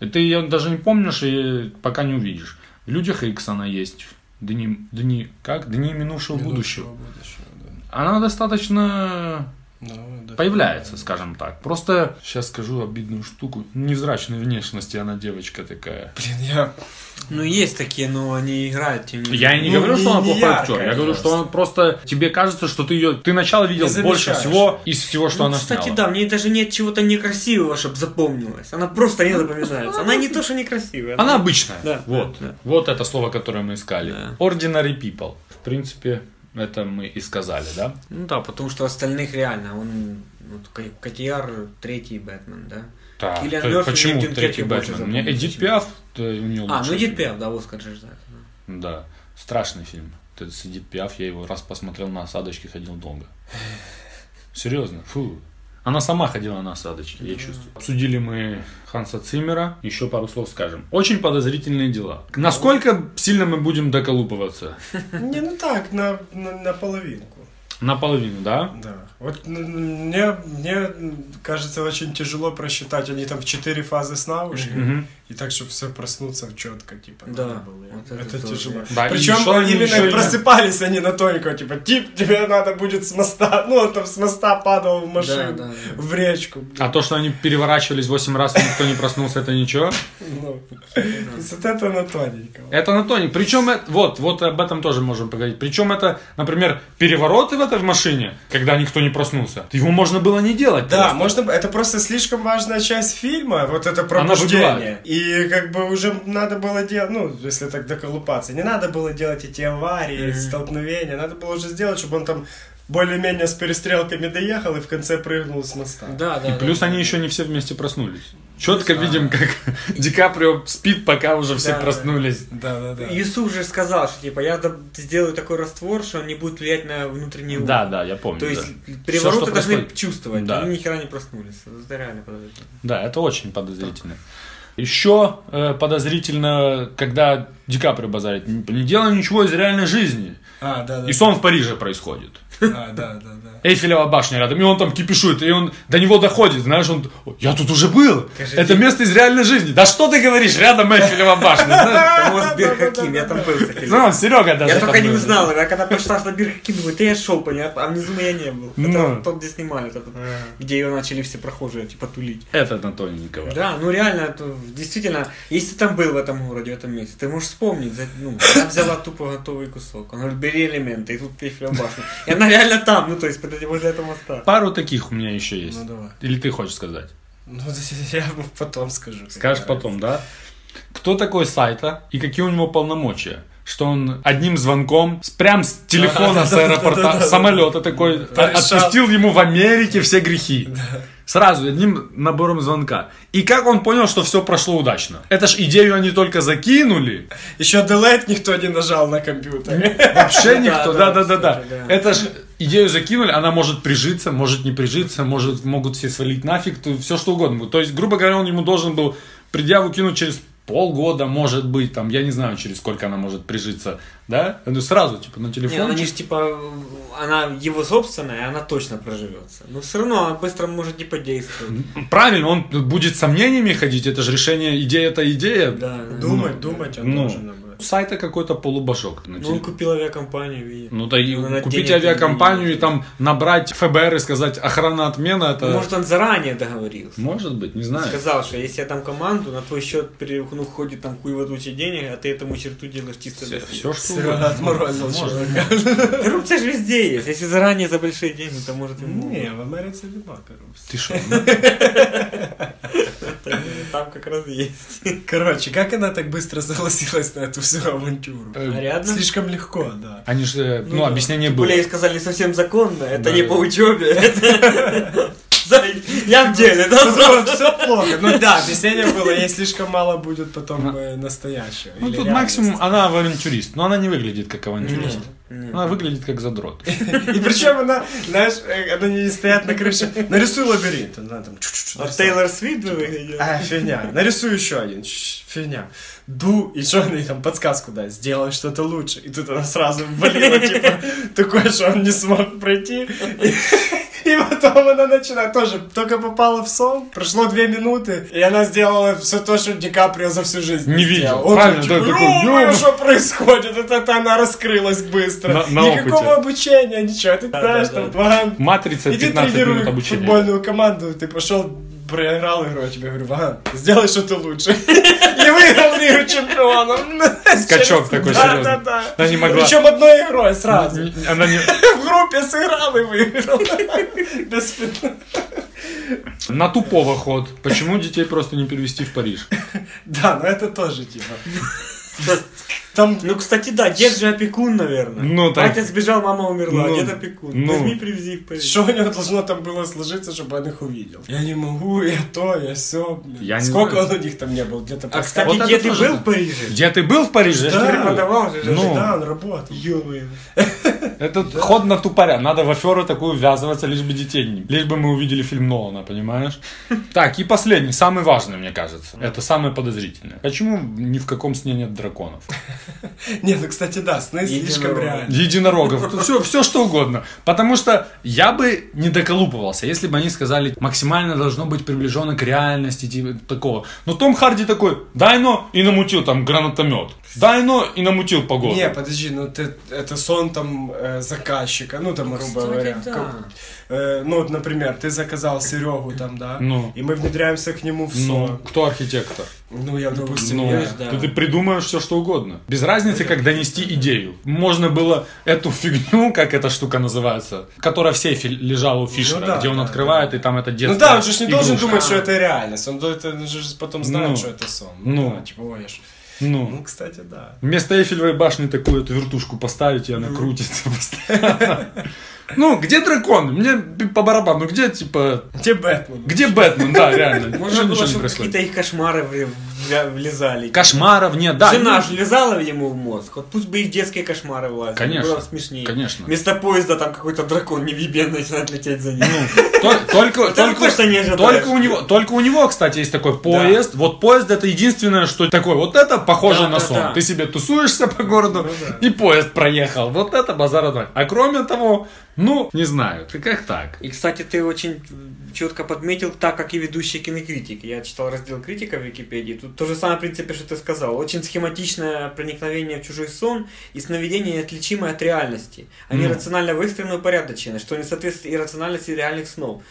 И ты ее даже не помнишь и пока не увидишь. В Людях Икс она есть. Дни, дни, как? Дни минувшего, будущего. Она достаточно появляется, скажем так. Просто сейчас скажу обидную штуку. Невзрачной внешности она девочка такая.
Блин, я...
Ну, есть такие, но они играют, тем не
Я и не
Ну,
говорю,
не-
что она
не
плохой
яркая
актер. Я говорю,
просто.
что он просто тебе кажется, что ты ее. Ты начало видел
Не
больше
замечаешь.
всего из всего, что
Ну,
она
кстати,
сняла.
да, в ней даже нет чего-то некрасивого, чтобы запомнилось. Она просто не запоминается. Она не то, что некрасивая.
Она обычная.
Да.
Вот.
Да.
Вот это слово, которое мы искали.
Да.
Ordinary people. В принципе, это мы и сказали, да?
Ну да, потому что остальных реально, он... Вот К- Котияр третий Бэтмен, да?
Так.
Киллиан
то-
Мёрфи,
Почему
Эдит
третий
Пиаф больше
Бэтмен? Мне
запомнился,
Эдит
чем-
Пиаф, э, у нее
А, ну
лучший
Эдит
фильм.
Пиаф, да, Оскар же ждать.
Да. Страшный фильм. Это с Эдит Пиаф, я его раз посмотрел на осадочке, ходил долго. Серьезно, фу. Она сама ходила на осадочки, я чувствую. Обсудили мы Ханса Циммера, еще пару слов скажем. Очень подозрительные дела. Насколько сильно мы будем доколупываться?
Не, ну так, на, на, на половинку.
Наполовину, да?
Да. Вот м, м, мне, мне м, кажется, очень тяжело просчитать. Они там в четыре фазы сна ушли.
Мгм.
И так, чтобы все проснуться четко, типа,
Да.
надо было.
Вот это
это
тоже.
тяжело.
Да, и
Причем
еще они-
именно
еще и-
просыпались они на тоненького, типа, тип, тебе надо будет с моста. Ну, он там с моста падал в машину,
Да, да, да.
в речку.
А то, что они переворачивались 8 раз, и никто не проснулся, это ничего.
Ну, вот это на тоненького.
Это на тоне. Причем, э- вот, вот об этом тоже можем поговорить. Причем это, например, перевороты в этой машине, когда никто не проснулся. Его можно было не делать.
Да,
просто.
можно. б- Это просто слишком важная часть фильма, вот это
выбивает.
пробуждение. И как бы уже надо было делать, ну, если так доколупаться, не надо было делать эти аварии, столкновения, надо было уже сделать, чтобы он там более-менее с перестрелками доехал и в конце прыгнул с моста.
Да, да.
И плюс они еще не все вместе проснулись. Четко видим, как Ди Каприо спит, пока уже все
Да, да.
проснулись.
Да, да, да.
Юсуф же сказал, что типа я там сделаю такой раствор, что он не будет влиять на внутренний ум.
Да, да, я помню.
То есть
да.
перевороты
Всё, что
должны
происходит.
чувствовать.
Да.
Они ни хера не проснулись. Ну, Это реально подозрительно.
Да, это очень подозрительно. Еще э, подозрительно, когда Ди Каприо базарит, не, не делай ничего из реальной жизни.
А, да, да.
И сон в Париже происходит.
А, да, да, да.
Эйфелева башня рядом, и он там кипишует, и он до него доходит, знаешь, он, «О, я тут уже был, это место из реальной жизни. Да что ты говоришь, рядом Эйфелева башня, знаешь?
Ну, Там у вас Бирхаким, я там был, кстати.
Ну, Серега даже
Я
там
только не
был.
узнал, я когда пришла на Бирхаким, думаю, это я шел, понятно, а внизу я не был.
Ну.
Это тот, где снимали, тот, где ее начали все прохожие, типа, тулить.
Это Анатолий Николаев.
Да, ну реально, это действительно, если ты там был в этом городе, в этом месте, ты можешь вспомнить, за- ну, она взяла тупо готовый кусок, она говорит, бери элементы, и тут Эйфелева башня. И она реально там, ну то есть, под- возле этого моста.
Пару таких у меня еще есть.
Ну, давай.
Или ты хочешь сказать?
Ну, я потом скажу.
Скажешь потом, да? Кто такой Сайта и какие у него полномочия? Что он одним звонком, с- прям с телефона, с аэропорта, с самолета такой,
Да,
а- отпустил ему в Америке все грехи. Сразу, одним набором звонка. И как он понял, что все прошло удачно? Это ж идею они только закинули,
Еще Делайт никто не нажал на компьютере.
вообще
Да,
никто.
да,
Да-да-да-да.
слушай, да.
Это же идею закинули, она может прижиться, может не прижиться, может могут все свалить нафиг, все что угодно. будет. То есть, грубо говоря, он ему должен был предъяву кинуть через полгода, может быть, там, я не знаю, через сколько она может прижиться, да? Ну, сразу, типа, на
Не, она
телефон.
не ж, типа, она его собственная, и она точно проживется. Но все равно она быстро может не подействовать.
типа, Правильно, он будет с сомнениями ходить, это же решение, идея это идея.
Да, да.
Думать, думать он
Ну.
должен об этом.
У Сайта какой-то полубашок. на
Ну,
телефоне.
он купил авиакомпанию, видимо.
Ну да и
Ну, она
купить
денег не
авиакомпанию и
имеет.
там набрать ФБР и сказать охрана отмена, это...
Ну,
Ну,
Может, он заранее договорился.
Может быть, не знаю.
Сказал, что если я там команду, на твой счет пере- ну, ходит там хуево туча денег, а ты этому черту делаешь чисто для себя.
Все, что
Серега
угодно.
отморозил
Может.
человека.
Коррупция же везде есть. Если заранее за большие деньги, то может и
Не, в Америке нема коррупции.
Ты шо? Ну,
Там как раз есть.
Короче, как она так быстро согласилась на эту всю авантюру?
Э,
Нарядно.
Слишком легко, да.
Они же, ну,
да.
объяснение
Тем
было.
Более сказали совсем законно, это
Да,
не
да.
по учебе, это... За- Я в деле,
Ну,
да, сразу?
Все плохо. Ну да, объяснение было, ей слишком мало будет потом э, настоящего.
Ну
или
тут
реальности.
максимум она авантюрист, но она не выглядит как авантюрист. Она выглядит как задрот.
И причем она, знаешь, э, она не стоят на крыше. Нарисуй лабиринт. Она там чу-чу-чу
А
нарисовала.
Тейлор Свит бы
Типа,
выглядел.
А, фигня. Нарисуй еще один. Чш, Фигня. Ду, и что она ей там подсказку дай? Сделай что-то лучше. И тут она сразу ввалила, типа, такое, что он не смог пройти. И- И потом она начинает тоже, только попала в сон, прошло две минуты, и она сделала все то, что Ди Каприо за всю жизнь
Не видел.
сделал. Он
Правильно,
такой,
да,
типа,
такой,
«Ё-моё,
ё-моё».
что происходит? Вот это она раскрылась быстро.
На- на
Никакого
опыте.
обучения, ничего. Ты знаешь, там, блин,
Матрица
Иди
15 минут
тренируй
обучения.
футбольную команду, ты пошел, проиграл игру, я а тебе говорю, ага, сделай что-то лучше. И выиграл Лигу чемпионов.
Скачок такой
Да, Ну, да,
серьезный.
да.
Она не могла.
Причем одной игрой сразу.
Н- Она не...
В группе сыграл и выиграл. Без пи-
На тупого ход. Почему детей просто не перевести в Париж?
Да, но это тоже типа. Там
Ну, кстати, да, дед же опекун, наверное.
Ну, так-
Батя сбежал, мама умерла,
Ну,
дед опекун.
ну.
Возьми, привези их поверь.
что Типа, у него должно там было сложиться, чтобы он их увидел? Я не могу, я то, я все.
Я не
Сколько
знаю.
он у них там не был? Где-то
А,
подсказка.
кстати,
Вот это
дед и
тоже
был
да.
в Париже.
Где ты был в Париже?
Да.
Преподавал же.
Ну.
Да, он работал.
Ёбаный.
Это ход на тупоря. Надо в аферу такую ввязываться, лишь бы детей не... Лишь бы мы увидели фильм Нолана, понимаешь? Так, и последний, самый важный, мне кажется. Это самое подозрительное. Почему ни в каком сне нет драконов?
Не, ну кстати, да, сны слишком
Единорог.
реальны.
Единорогов. Все, все что угодно. Потому что я бы не доколупывался, если бы они сказали, максимально должно быть приближено к реальности, типа такого. Но Том Харди такой, дай но, и намутил там гранатомет. Дай но, и намутил погоду.
Не, подожди, ну ты, это сон там э, заказчика, ну там, грубо говоря.
да.
как- э, ну, вот, например, ты заказал Серегу там, да,
Ну.
и мы внедряемся к нему в
Ну,
сон.
кто архитектор?
Ну, я, допустим,
Ну,
я-
да ты придумаешь все, что угодно. Без разницы, как донести идею. Можно было эту фигню, как эта штука называется, которая в сейфе лежала у Фишера,
Ну да,
где он
да,
открывает, и там это детство.
Ну да, он же ж не должен думать, что это реальность, он, до- это, же потом знает,
Ну.
что это сон.
Ну.
да, типа, ой, я ж-
Ну.
ну, кстати, да.
Вместо Эйфелевой башни такую эту вертушку поставить, и
Ну.
она крутится постоянно. Ну, где дракон? Мне по барабану, где, типа,
Где Бэтмен?
где Бэтмен? Да, реально.
Можно
Вообще
было,
ничего не
чтобы
происходит.
какие-то их кошмары вля- вля- влезали.
Кошмаров нет, да.
Жена
ну,
же лезала ему в мозг. Вот пусть бы их детские кошмары влазили.
Конечно,
Было бы смешнее.
конечно.
Вместо поезда там какой-то дракон невибенный начинает лететь за ним.
Ну, то- Только,
Вот это
только,
точно не ожидаешь.
только у него, только у него, кстати, есть такой поезд. Вот поезд это единственное, что такое. Вот это похоже
Да,
на
да,
сон.
да.
Ты себе тусуешься по городу
Ну
и поезд проехал. Вот это базар ноль. А кроме того, ну не знаю, ты как так?
И, кстати, ты очень четко подметил, так как и ведущие кинокритики. Я читал раздел критика в Википедии. Тут то же самое, в принципе, что ты сказал. Очень схематичное проникновение в чужой сон и сновидения неотличимы от реальности. Они
Мгм.
рационально выстроены и упорядочены, что не соответствует и рациональности реальных снов.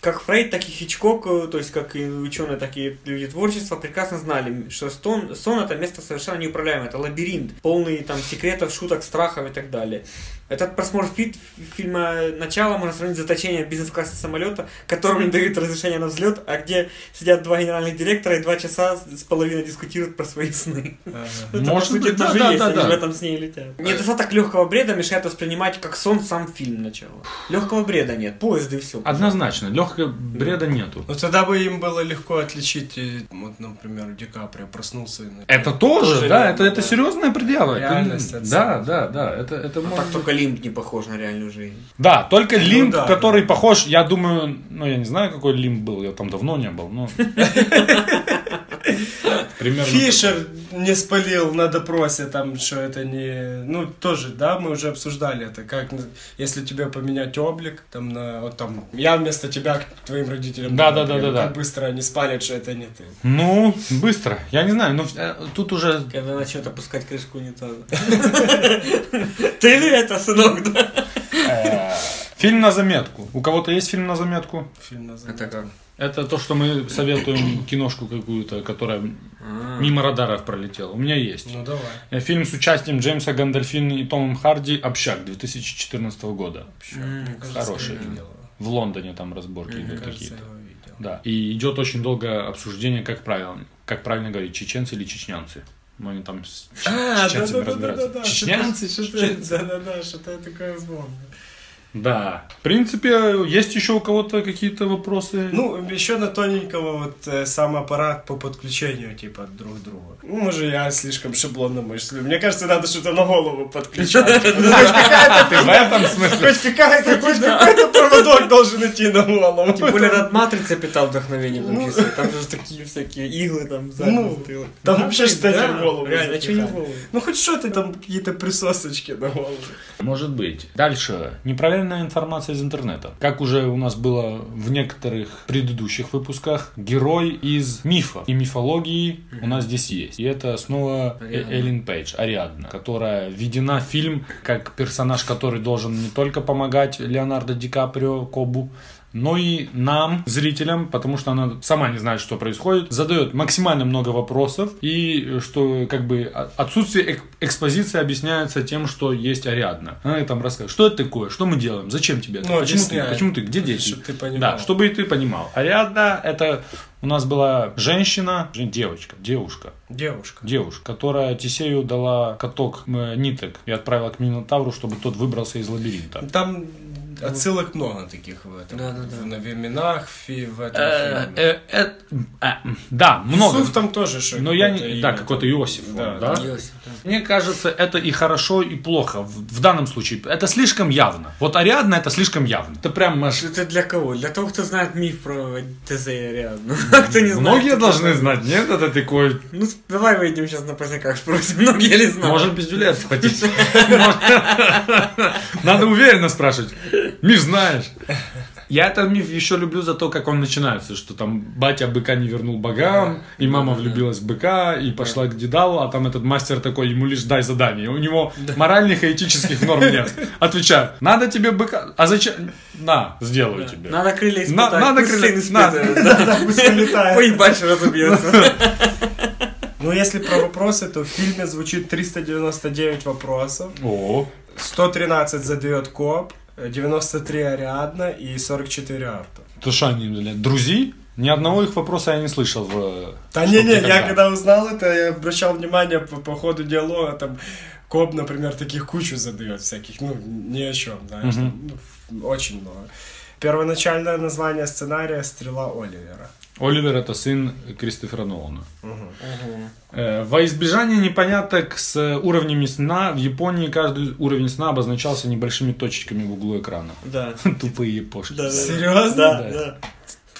Как Фрейд, так и Хичкок, э, то есть как и ученые, так и люди творчества, прекрасно знали, что стон- сон это место совершенно неуправляемое, это лабиринт, полный там секретов, шуток, страхов и так далее. Этот просмотр фи- фильма «Начало» можно сравнить с заточением бизнес-класса самолета, которому не дают разрешения на взлет, а где сидят два генеральных директора и два часа с половиной дискутируют про свои сны. Это, по
Может
сути,
быть, да,
тоже
да,
есть,
да,
они
да. Э.
в этом сне и летят. Недостаток легкого бреда мешает воспринимать как сон сам фильм «Начало». Легкого бреда нет, поезд и
А
все.
Однозначно, легкого бреда нету.
Ну тогда бы им было легко отличить, э, вот, например, Ди Каприо проснулся и...
Это тоже,
Тоже
да,
реально,
это, это
да.
серьезная предъява. Это
Реальность
не-
от
да,
сна. А
да, да, это, это может
Так
быть.
только Лимб не похож на реальную жизнь.
Да, только лимб,
Ну да,
который похож, я думаю, ну я не знаю, какой лимб был, я там давно не был, но... Примерно.
Фишер не спалил на допросе там, что это не... Ну, тоже, да, мы уже обсуждали это, как на- если тебе поменять облик, там, на, вот там, я вместо тебя к твоим родителям.
Да,
например,
да, да, да, да.
Как быстро они спалят, что это не ты.
Ну, быстро. Я не знаю, но э, тут уже...
Когда начнет опускать крышку унитаза. Ты ли это, сынок, да?
э, Фильм на заметку. У кого-то есть фильм на заметку?
Фильм называется.
Это как?
Это то, что мы советуем киношку какую-то, которая мимо радаров пролетела. У меня есть.
Ну, давай.
Э, Фильм с участием Джеймса Гандальфина и Томом Харди «Общак» 2014 года. Хороший. В Лондоне там разборки идут
Кажется,
какие-то.
я его видел.
Да. И идет очень долгое обсуждение, как правильно, как правильно говорить, чеченцы или чечнянцы. Но они там с ч-
А,
чеченцами
да-да-да-да-да.
разбираются. Чечнянцы?
Что-то-
чеченцы?
Да-да-да, что-то я такое вспомнил.
Да. В принципе, есть еще у кого-то какие-то вопросы?
Ну, еще на тоненького вот э, сам аппарат по подключению, типа, друг к другу. Ну, может, я слишком шаблонно мыслю. Мне кажется, надо что-то на голову подключать. Ну, хоть какая-то-
ты в этом смысле?
Хоть какая-то- хоть какой-то проводок должен идти на голову.
Тем более от матрицы питал вдохновение там чисто. Там же такие всякие иглы там
Ну,
загнутые.
там вообще штекер в голову
Реально, а чё не в
запихали.
голову?
Ну, хоть что-то там, какие-то присосочки на голову.
Может быть. Дальше. Неправильная информация из интернета. Как уже у нас было в некоторых предыдущих выпусках, герой из мифов и мифологии у нас здесь есть. И это снова Э- Эллен Пейдж, Ариадна, которая введена в фильм как персонаж, который должен не только помогать Леонардо Ди Каприо, Кобу, но и нам, зрителям, потому что она сама не знает, что происходит, задает максимально много вопросов, и э, что как бы о- отсутствие эк- экспозиции объясняется тем, что есть Ариадна. Она ей там рассказывает, что это такое, что мы делаем, зачем тебе это,
Ну,
почему, ты,
объясняет.
почему ты, где дети.
Чтоб ты понимал.
Да, чтобы и ты понимал. Ариадна это у нас была женщина, жен- девочка, девушка,
Девушка.
девушка, которая Тисею дала каток э, ниток и отправила к Минотавру, чтобы тот выбрался из лабиринта.
Там отсылок много таких в этом. В- На временах, фи- в этом
Э,
фильме.
э, э, э, Да, много.
Юсуф там тоже что
Но я
какое-то
не...
имя
Да,
там.
какой-то Иосиф. он,
Да,
да? Мне кажется, это и хорошо, и плохо. В, в данном случае. Это слишком явно. Вот Ариадна это слишком явно. Это прям аж...
Это для кого? Для того, кто знает миф про Тезея реально. А кто не знает?
Многие
тот-
должны знать, нет? Это такой...
Ну, с- давай выйдем сейчас на поздняках спросим, многие ли знают.
Может, пиздюлей схватить. Надо уверенно спрашивать. Миш, знаешь. Я этот миф еще люблю за то, как он начинается, что там батя быка не вернул богам, и мама влюбилась в быка, и пошла к дедалу, а там этот мастер такой, ему лишь дай задание. У него моральных и этических норм нет. Отвечаю, надо тебе быка, а зачем? На, сделаю тебе.
Надо крылья
На-
испытать.
надо
пусть
крылья-
сын испытывает.
Да, пусть улетает.
Поебать, разобьется.
Ну, если про вопросы, то в фильме звучит 399 вопросов,
О,
113 задает коп, 93 Ариадна и 44 Артур.
то что они, блядь, друзи? Ни одного их вопроса я не слышал в...
Да
чтоб
не-не,
никогда.
я когда узнал это, я обращал внимание по, по ходу диалога, там, Коб, например, таких кучу задает всяких, ну, ни о чем, знаешь,
Мгм.
там, ну, очень много. Первоначальное название сценария «Стрела Оливера».
Оливер это сын Кристофера Нолана. Э, Во избежание непоняток с э, уровнями сна в Японии каждый уровень сна обозначался небольшими точечками в углу экрана.
Да.
Тупые пошли.
Да, да, да.
Серьезно?
Да, да.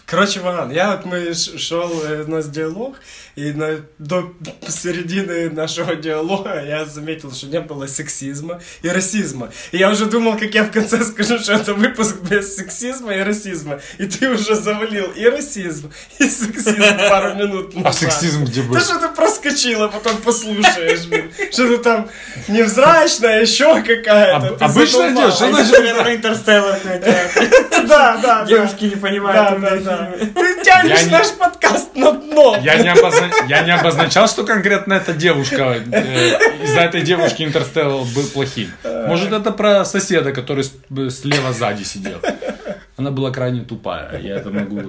Короче, Ваган, я вот мы шел, у нас диалог, и на- до середины нашего диалога я заметил, что не было сексизма и расизма. И я уже думал, как я в конце скажу, что это выпуск без сексизма и расизма. И ты уже завалил и расизм, и сексизм пару минут назад.
А сексизм где был?
Да что ты проскочила, потом послушаешь, блин. Что ты там невзрачная, еще какая-то.
Об-
ты
обычная
задолбала.
девушка, что значит?
Я про Интерстеллар хотя.
Да, да, да.
Девушки не
Да,
понимают.
да,
там,
да.
блядь,
Ты тянешь
Я не-
наш подкаст на дно.
Я не, обозна- я не обозначал, что конкретно эта девушка, э, из-за этой девушки Интерстеллар был плохим. Может, это про соседа, который с- э, слева сзади сидел. Она была крайне тупая, я это могу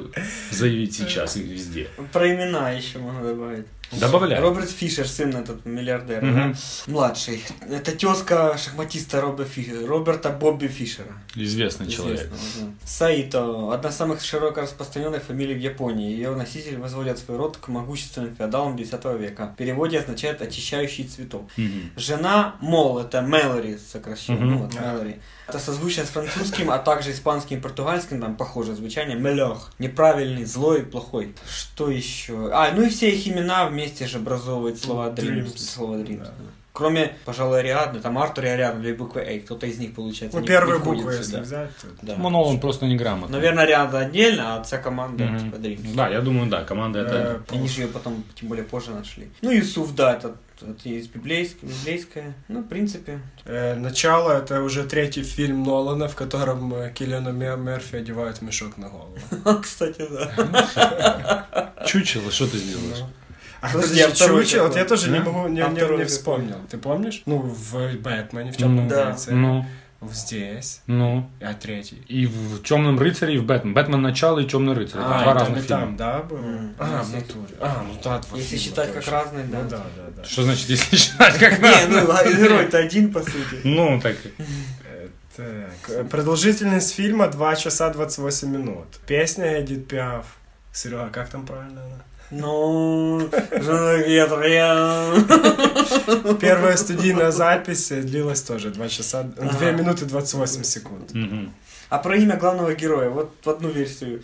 заявить сейчас и везде.
Про имена еще можно добавить.
Добавляю.
Роберт Фишер, сын этот миллиардера,
Мгм.
да? младший. Это тезка шахматиста Роба Фи- Роберта Бобби Фишера.
Известный Ну, человек.
Известного, да. Саито – одна из самых широко распространенных фамилий в Японии. Ее носители возводят свой род к могущественным феодалам X века. В переводе означает «очищающий цветок».
Мгм.
Жена Мол, это Мэлори сокращенно,
Мгм.
ну вот Мэлори. Это созвучно с французским, а также испанским и португальским, там похожее звучание, Мелех. Неправильный, злой, плохой. Что еще? А, ну и все их имена вместе же образовывают слова Dreams.
Dreams.
Слова Dreams,
Да.
да. Кроме, пожалуй, Ариадны, там Артур и Ариадна, две буквы Эй, кто-то из них, получается,
Ну,
не-
первую
не входит
букву, если
сюда.
взять, то...
Да.
Нолан просто неграмотный.
Наверное, Ариадна отдельно, а вся команда,
Мгм.
типа, Dreams.
Да, я думаю, да, команда это...
э,
Они же ее потом, тем более, позже нашли. Ну, Юсуф, да, это, это из библейское, библейское. Ну, в принципе,
э, Начало это уже третий фильм Нолана, в котором э, Киллиану Мер- Мерфи одевают мешок на голову.
кстати, да.
Чучело, что ты сделаешь?
А
Подожди,
подожди,
а второй
чучело, вот я
какой?
тоже не
Да?
могу, не,
А
не-
второй
не
какой?
вспомнил. Ты помнишь? Ну, в Бэтмене, в темном
Ну, да.
рыцаре.
Ну,
Здесь,
ну.
а третий.
И в Темном рыцаре, и в Бэтмен. Бэтмен начало и Темный рыцарь. Это
и
два
там,
разных
и
фильма.
А, там, да, был?
М.
А, в
Если-
натуре. А, ну да, два
Если
фильма,
считать как
точно.
разные, да.
Ну да, да, да.
Что значит, если считать как
Не,
раз?
ну а герой-то один, по сути.
Ну, так.
Это Так, э, продолжительность фильма 2 часа 28 минут. Песня Эдит Пиаф. Серега, как там правильно она?
Ну, жена ветря.
Первая студийная запись э, длилась тоже 2 часа, 2 минуты 28 секунд.
Мгм.
А про имя главного героя, вот в одну версию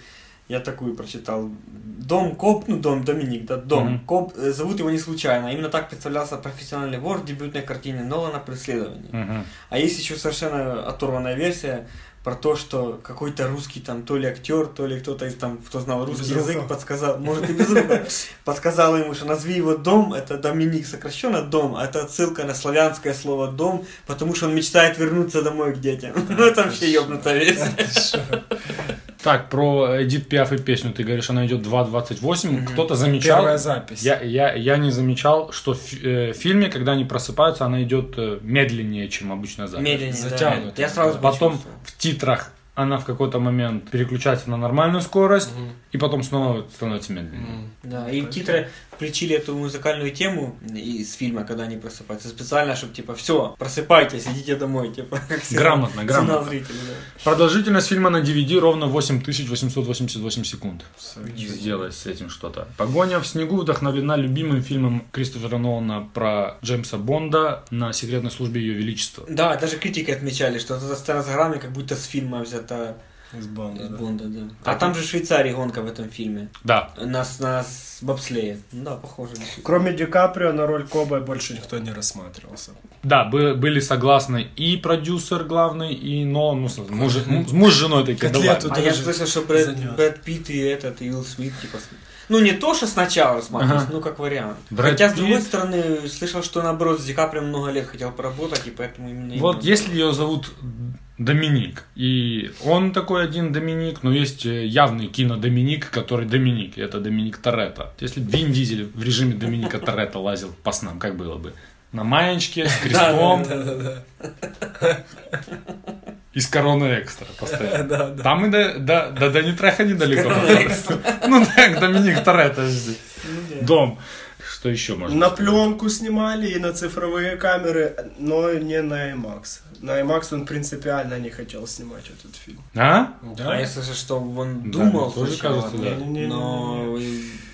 я такую прочитал. Дом Коп, ну Дом Доминик, да, Дом
Мгм.
Коп, э, зовут его не случайно. Именно так представлялся профессиональный вор в дебютной картине Нолана «Преследование».
Мгм.
А есть еще совершенно оторванная версия про то, что какой-то русский там то ли актер, то ли кто-то из там, кто знал русский
Безруков.
язык, подсказал, может и Безруков, подсказал ему, что назови его Дом, это Доминик, сокращенно Дом, а это отсылка на славянское слово Дом, потому что он мечтает вернуться домой к детям. Ну это вообще ёбнутая версия.
Так, про Эдит Пиаф и песню. Ты говоришь, она идет 2.28. Кто-то замечал?
Первая запись.
Я, я, я не замечал, что в фи- э, в фильме, когда они просыпаются, она идет э, медленнее, чем обычно запись.
Медленнее, да.
Затянут.
Я сразу
Потом
почувствовал.
в titrах она в какой-то момент переключается на нормальную скорость, и потом снова становится медленнее.
Да, и в титры включили эту музыкальную тему из фильма, когда они просыпаются. Специально, чтобы типа, все, просыпайтесь, идите домой, типа. как всегда.
Грамотно,
Цена
грамотно.
зрителю, да.
Продолжительность фильма на DVD ровно 8888 секунд. Сделай с этим что-то. Погоня в снегу вдохновлена любимым фильмом Кристофера Нолана про Джеймса Бонда на секретной службе Ее Величества.
Да, даже критики отмечали, что вот эта сцена с горами как будто с фильма взята
Из Бонда,
из
да.
Бонда, да. А там же в Швейцарии гонка в этом фильме.
Да.
Нас нас бобслее. Ну Да, похоже. действительно.
Кроме Ди Каприо на роль Коба больше никто не рассматривался.
Да, бы- были согласны и продюсер главный, и Нолан, ну, с, муж, м- муж с женой такие, давай.
Котлету
А я
даже
слышал, что Брэд,
занёс.
Брэд Питт и этот, и Уилл Смит, типа... с- Ну, не то, что сначала рассматривался,
Ага.
ну, как вариант.
Брэд
Хотя, с другой
Питт.
стороны, слышал, что, наоборот, с Ди Каприо много лет хотел поработать, и поэтому именно...
Вот
его-
если ее зовут Доминик, и он такой один Доминик, но есть э, явный кино-Доминик, который Доминик, и это Доминик Торетто. Если бы Вин Дизель в режиме Доминика Торетто лазил по снам, как было бы? На маечке, с крестом и с короной экстра
Да,
постоянно.
да.
Там и до, до, до Донитраха недалеко. Ну так, Доминик Торетто. здесь. Дом. Что еще можно?
На
сказать?
пленку снимали и на цифровые камеры, но не на IMAX. На IMAX он принципиально не хотел снимать этот фильм.
А?
А я слышал, что он
Да,
думал
мне тоже
сначала,
кажется, да.
Не-не-не-не-не.
но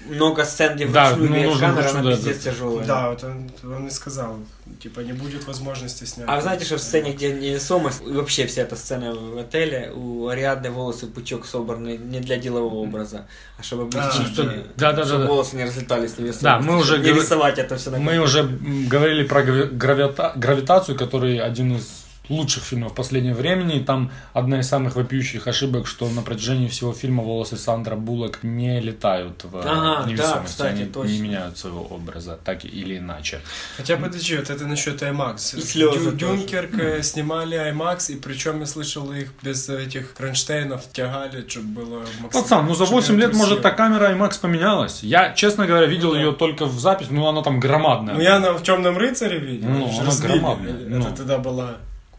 много сцен, где
Да,
вручную
ну,
берет
нужно
камеру,
вручную,
она
да,
пиздец тяжелая.
Да, вот он, он и сказал, типа, не будет возможности снять.
А вы знаете, что в сцене, где невесомость, и вообще вся эта сцена в отеле, у Ариадны волосы пучок собраны не для делового образа, а чтобы облегчить,
Да,
э,
да, да,
чтобы
да.
волосы не разлетались с невесомостью,
Да, мы уже
чтобы не
говор-
рисовать это все на
Мы уже м, говорили про грави- гравита- гравитацию, который один из лучших фильмов последнего времени. И Там одна из самых вопиющих ошибок, что на протяжении всего фильма волосы Сандра Буллок не летают в э,
Ага, да,
невесомости.
кстати,
Они
точно.
не меняют своего образа, так или иначе.
Хотя подожди, вот это насчет IMAX.
И слезы
Дю-
тоже.
Дюнкерк э, снимали IMAX, и причем я слышал, их без этих кронштейнов тягали, чтобы было максимально...
Пацан, ну за
чтоб
8
не
лет,
трусило.
может, та камера IMAX поменялась. Я, честно говоря, видел
Ну да.
ее только в запись, но она там громадная.
Ну я на, в Темном рыцаре видел,
Ну,
же
она
разбили.
громадная,
Это
ну.
тогда была...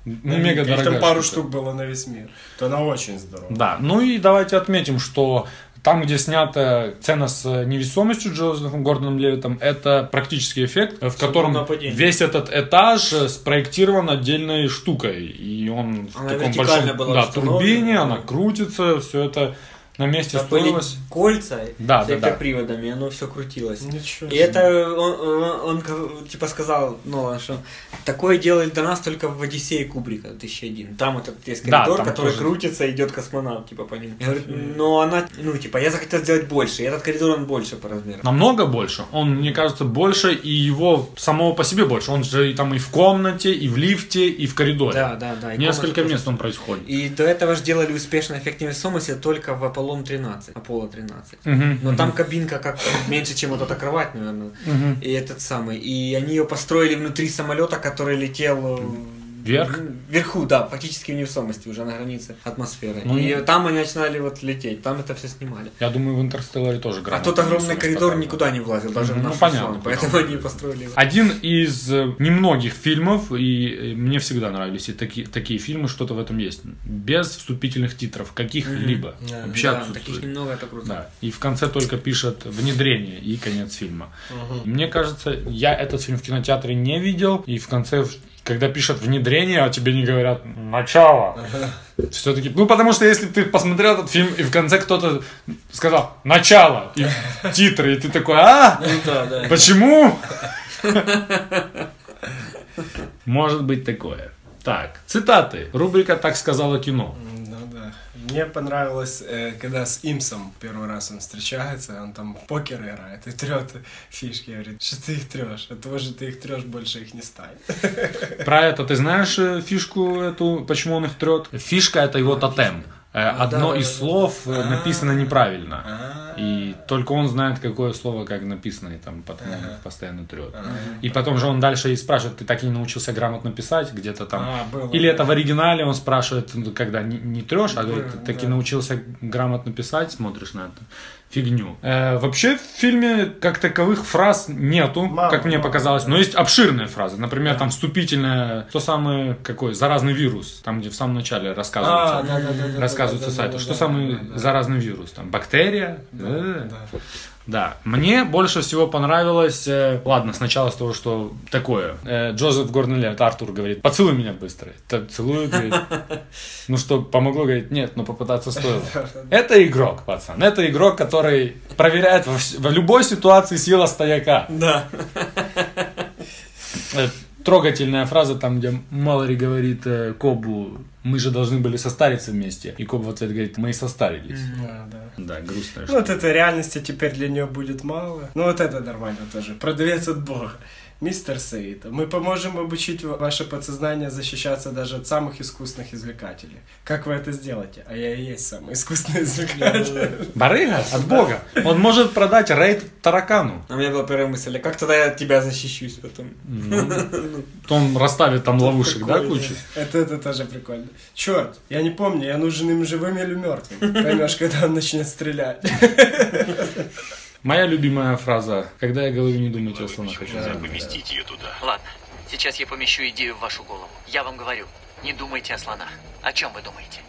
Ну, мега
Их
дорогая
там пару
штука.
штук было на весь мир. То она очень здорова.
Да, ну и давайте отметим, что там, где снята сцена с невесомостью Джозефом Гордоном Левитом, это практический эффект, в котором
нападение.
весь этот этаж э, спроектирован отдельной штукой. И он в
Она
таком
вертикально
большом
была
да,
установлена,
турбине,
да.
она крутится, все это на месте
Там были
строилось.
кольца
Да, да,
с
да.
приводами, оно все крутилось.
Ничего
И
себе.
это он, он- он ко- типа сказал Нолан, что такое делали до нас только в Одиссее Кубрика 2001. Там этот есть
Да,
коридор,
там
который
тоже.
крутится, идет космонавт, типа по нему. Я говорю, но она, ну типа, я захотел сделать больше, и этот коридор он больше по размеру.
Намного больше. Он, мне кажется, больше и его самого по себе больше. Он же и там и в комнате, и в лифте, и в коридоре.
Да, да, да. и комната
Несколько
тоже.
мест он происходит.
И до этого же делали успешный эффект невесомости только в Аполлон 13, Аполло 13.
Мгм,
Но
мгм,
Ну, там кабинка как меньше, чем вот эта кровать, наверное.
мгм.
И этот самый. И они ее построили внутри самолета, который летел э,
Вверх?
ну, Вверху, да, фактически в невесомости, уже на границе атмосферы.
Ну,
и
не-
там они начинали вот лететь, там это все снимали.
Я думаю, в Интерстелларе тоже
А
грамотно
тот огромный
нарисовано
коридор
показано.
никуда не влазил, даже в
Ну,
нашу
понятно,
зону,
понятно.
поэтому они и построили его.
Один из э, немногих фильмов, и э, мне всегда нравились и таки- такие фильмы, что-то в этом есть. Без вступительных титров, каких-либо.
Да,
Вообще
Да,
отсутствует.
таких немного, это круто.
Да. И в конце только пишет внедрение и конец фильма. Мне кажется, я этот фильм в кинотеатре не видел, и в конце в- Когда пишут внедрение, а тебе не говорят начало. Все-таки, ну потому что если ты посмотрел этот фильм и в конце кто-то сказал начало и титры, и ты такой, а,
Ну Да, да.
Почему? Может быть такое. Так, цитаты. Рубрика «Так сказала кино».
Ну да. Мне понравилось, э, когда с Имсом первый раз он встречается, он там в покер играет и трет фишки. Я говорю, что ты их трешь? От того же ты их трешь, больше их не станет.
Про это ты знаешь э, фишку эту, почему он их трет? Фишка – это его тотем. Э, Одно
Ну да,
из
да, да.
слов э, написано неправильно.
А.
И только он знает, какое слово как написано, и там потому он их постоянно трет. И потом же он дальше и спрашивает, ты так и не научился грамотно писать где-то
А,
там.
было,
Или
да.
это в оригинале он спрашивает, ну, когда не, не трешь, а говорит, ты
Было,
таки
да.
научился грамотно писать, смотришь на эту фигню. Э, вообще в фильме как таковых фраз нету,
Мало,
как мне
мало,
показалось,
да.
но есть обширные фразы. Например, там вступительное, то самое, какой, заразный вирус, там, где в самом начале рассказывается.
А, да, да, да, да,
рассказывается
да, да,
сайт,
да,
что
да,
самый
да, да.
заразный вирус, там, бактерия. Э.
Да.
Да, мне больше всего понравилось, э, ладно, сначала с того, что такое. Э, Джозеф Гордон Левит, Артур говорит, поцелуй меня быстро. Так целует, говорит. Ну что, помогло, говорит, нет, но попытаться стоило. Это игрок, пацан, это игрок, который проверяет во вс- в любой ситуации сила стояка.
Да.
Э, Трогательная фраза, там, где Малори говорит э, Кобу, мы же должны были состариться вместе. И Коб в ответ говорит, мы и состарились.
Да, да.
Да, грустная
Ну вот этой реальности теперь для нее будет мало. Ну вот это нормально тоже. Продавец от Бога. Мистер Саид, мы поможем обучить ва- ваше подсознание защищаться даже от самых искусных извлекателей. Как вы это сделаете? А я и есть самый искусный извлекатель.
Барыга от бога. Он может продать рейд таракану.
А у меня была первая мысль, а как тогда я от тебя защищусь потом?
То он расставит там ловушек, да, кучу?
Это, это тоже прикольно. Черт, я не помню, я нужен им живым или мертвым. Поймешь, когда он начнет стрелять.
Моя любимая фраза. Когда я говорю, не думайте о слонах.
Ладно, сейчас я помещу идею в вашу голову. Я вам говорю, не думайте о слонах. О чем вы думаете?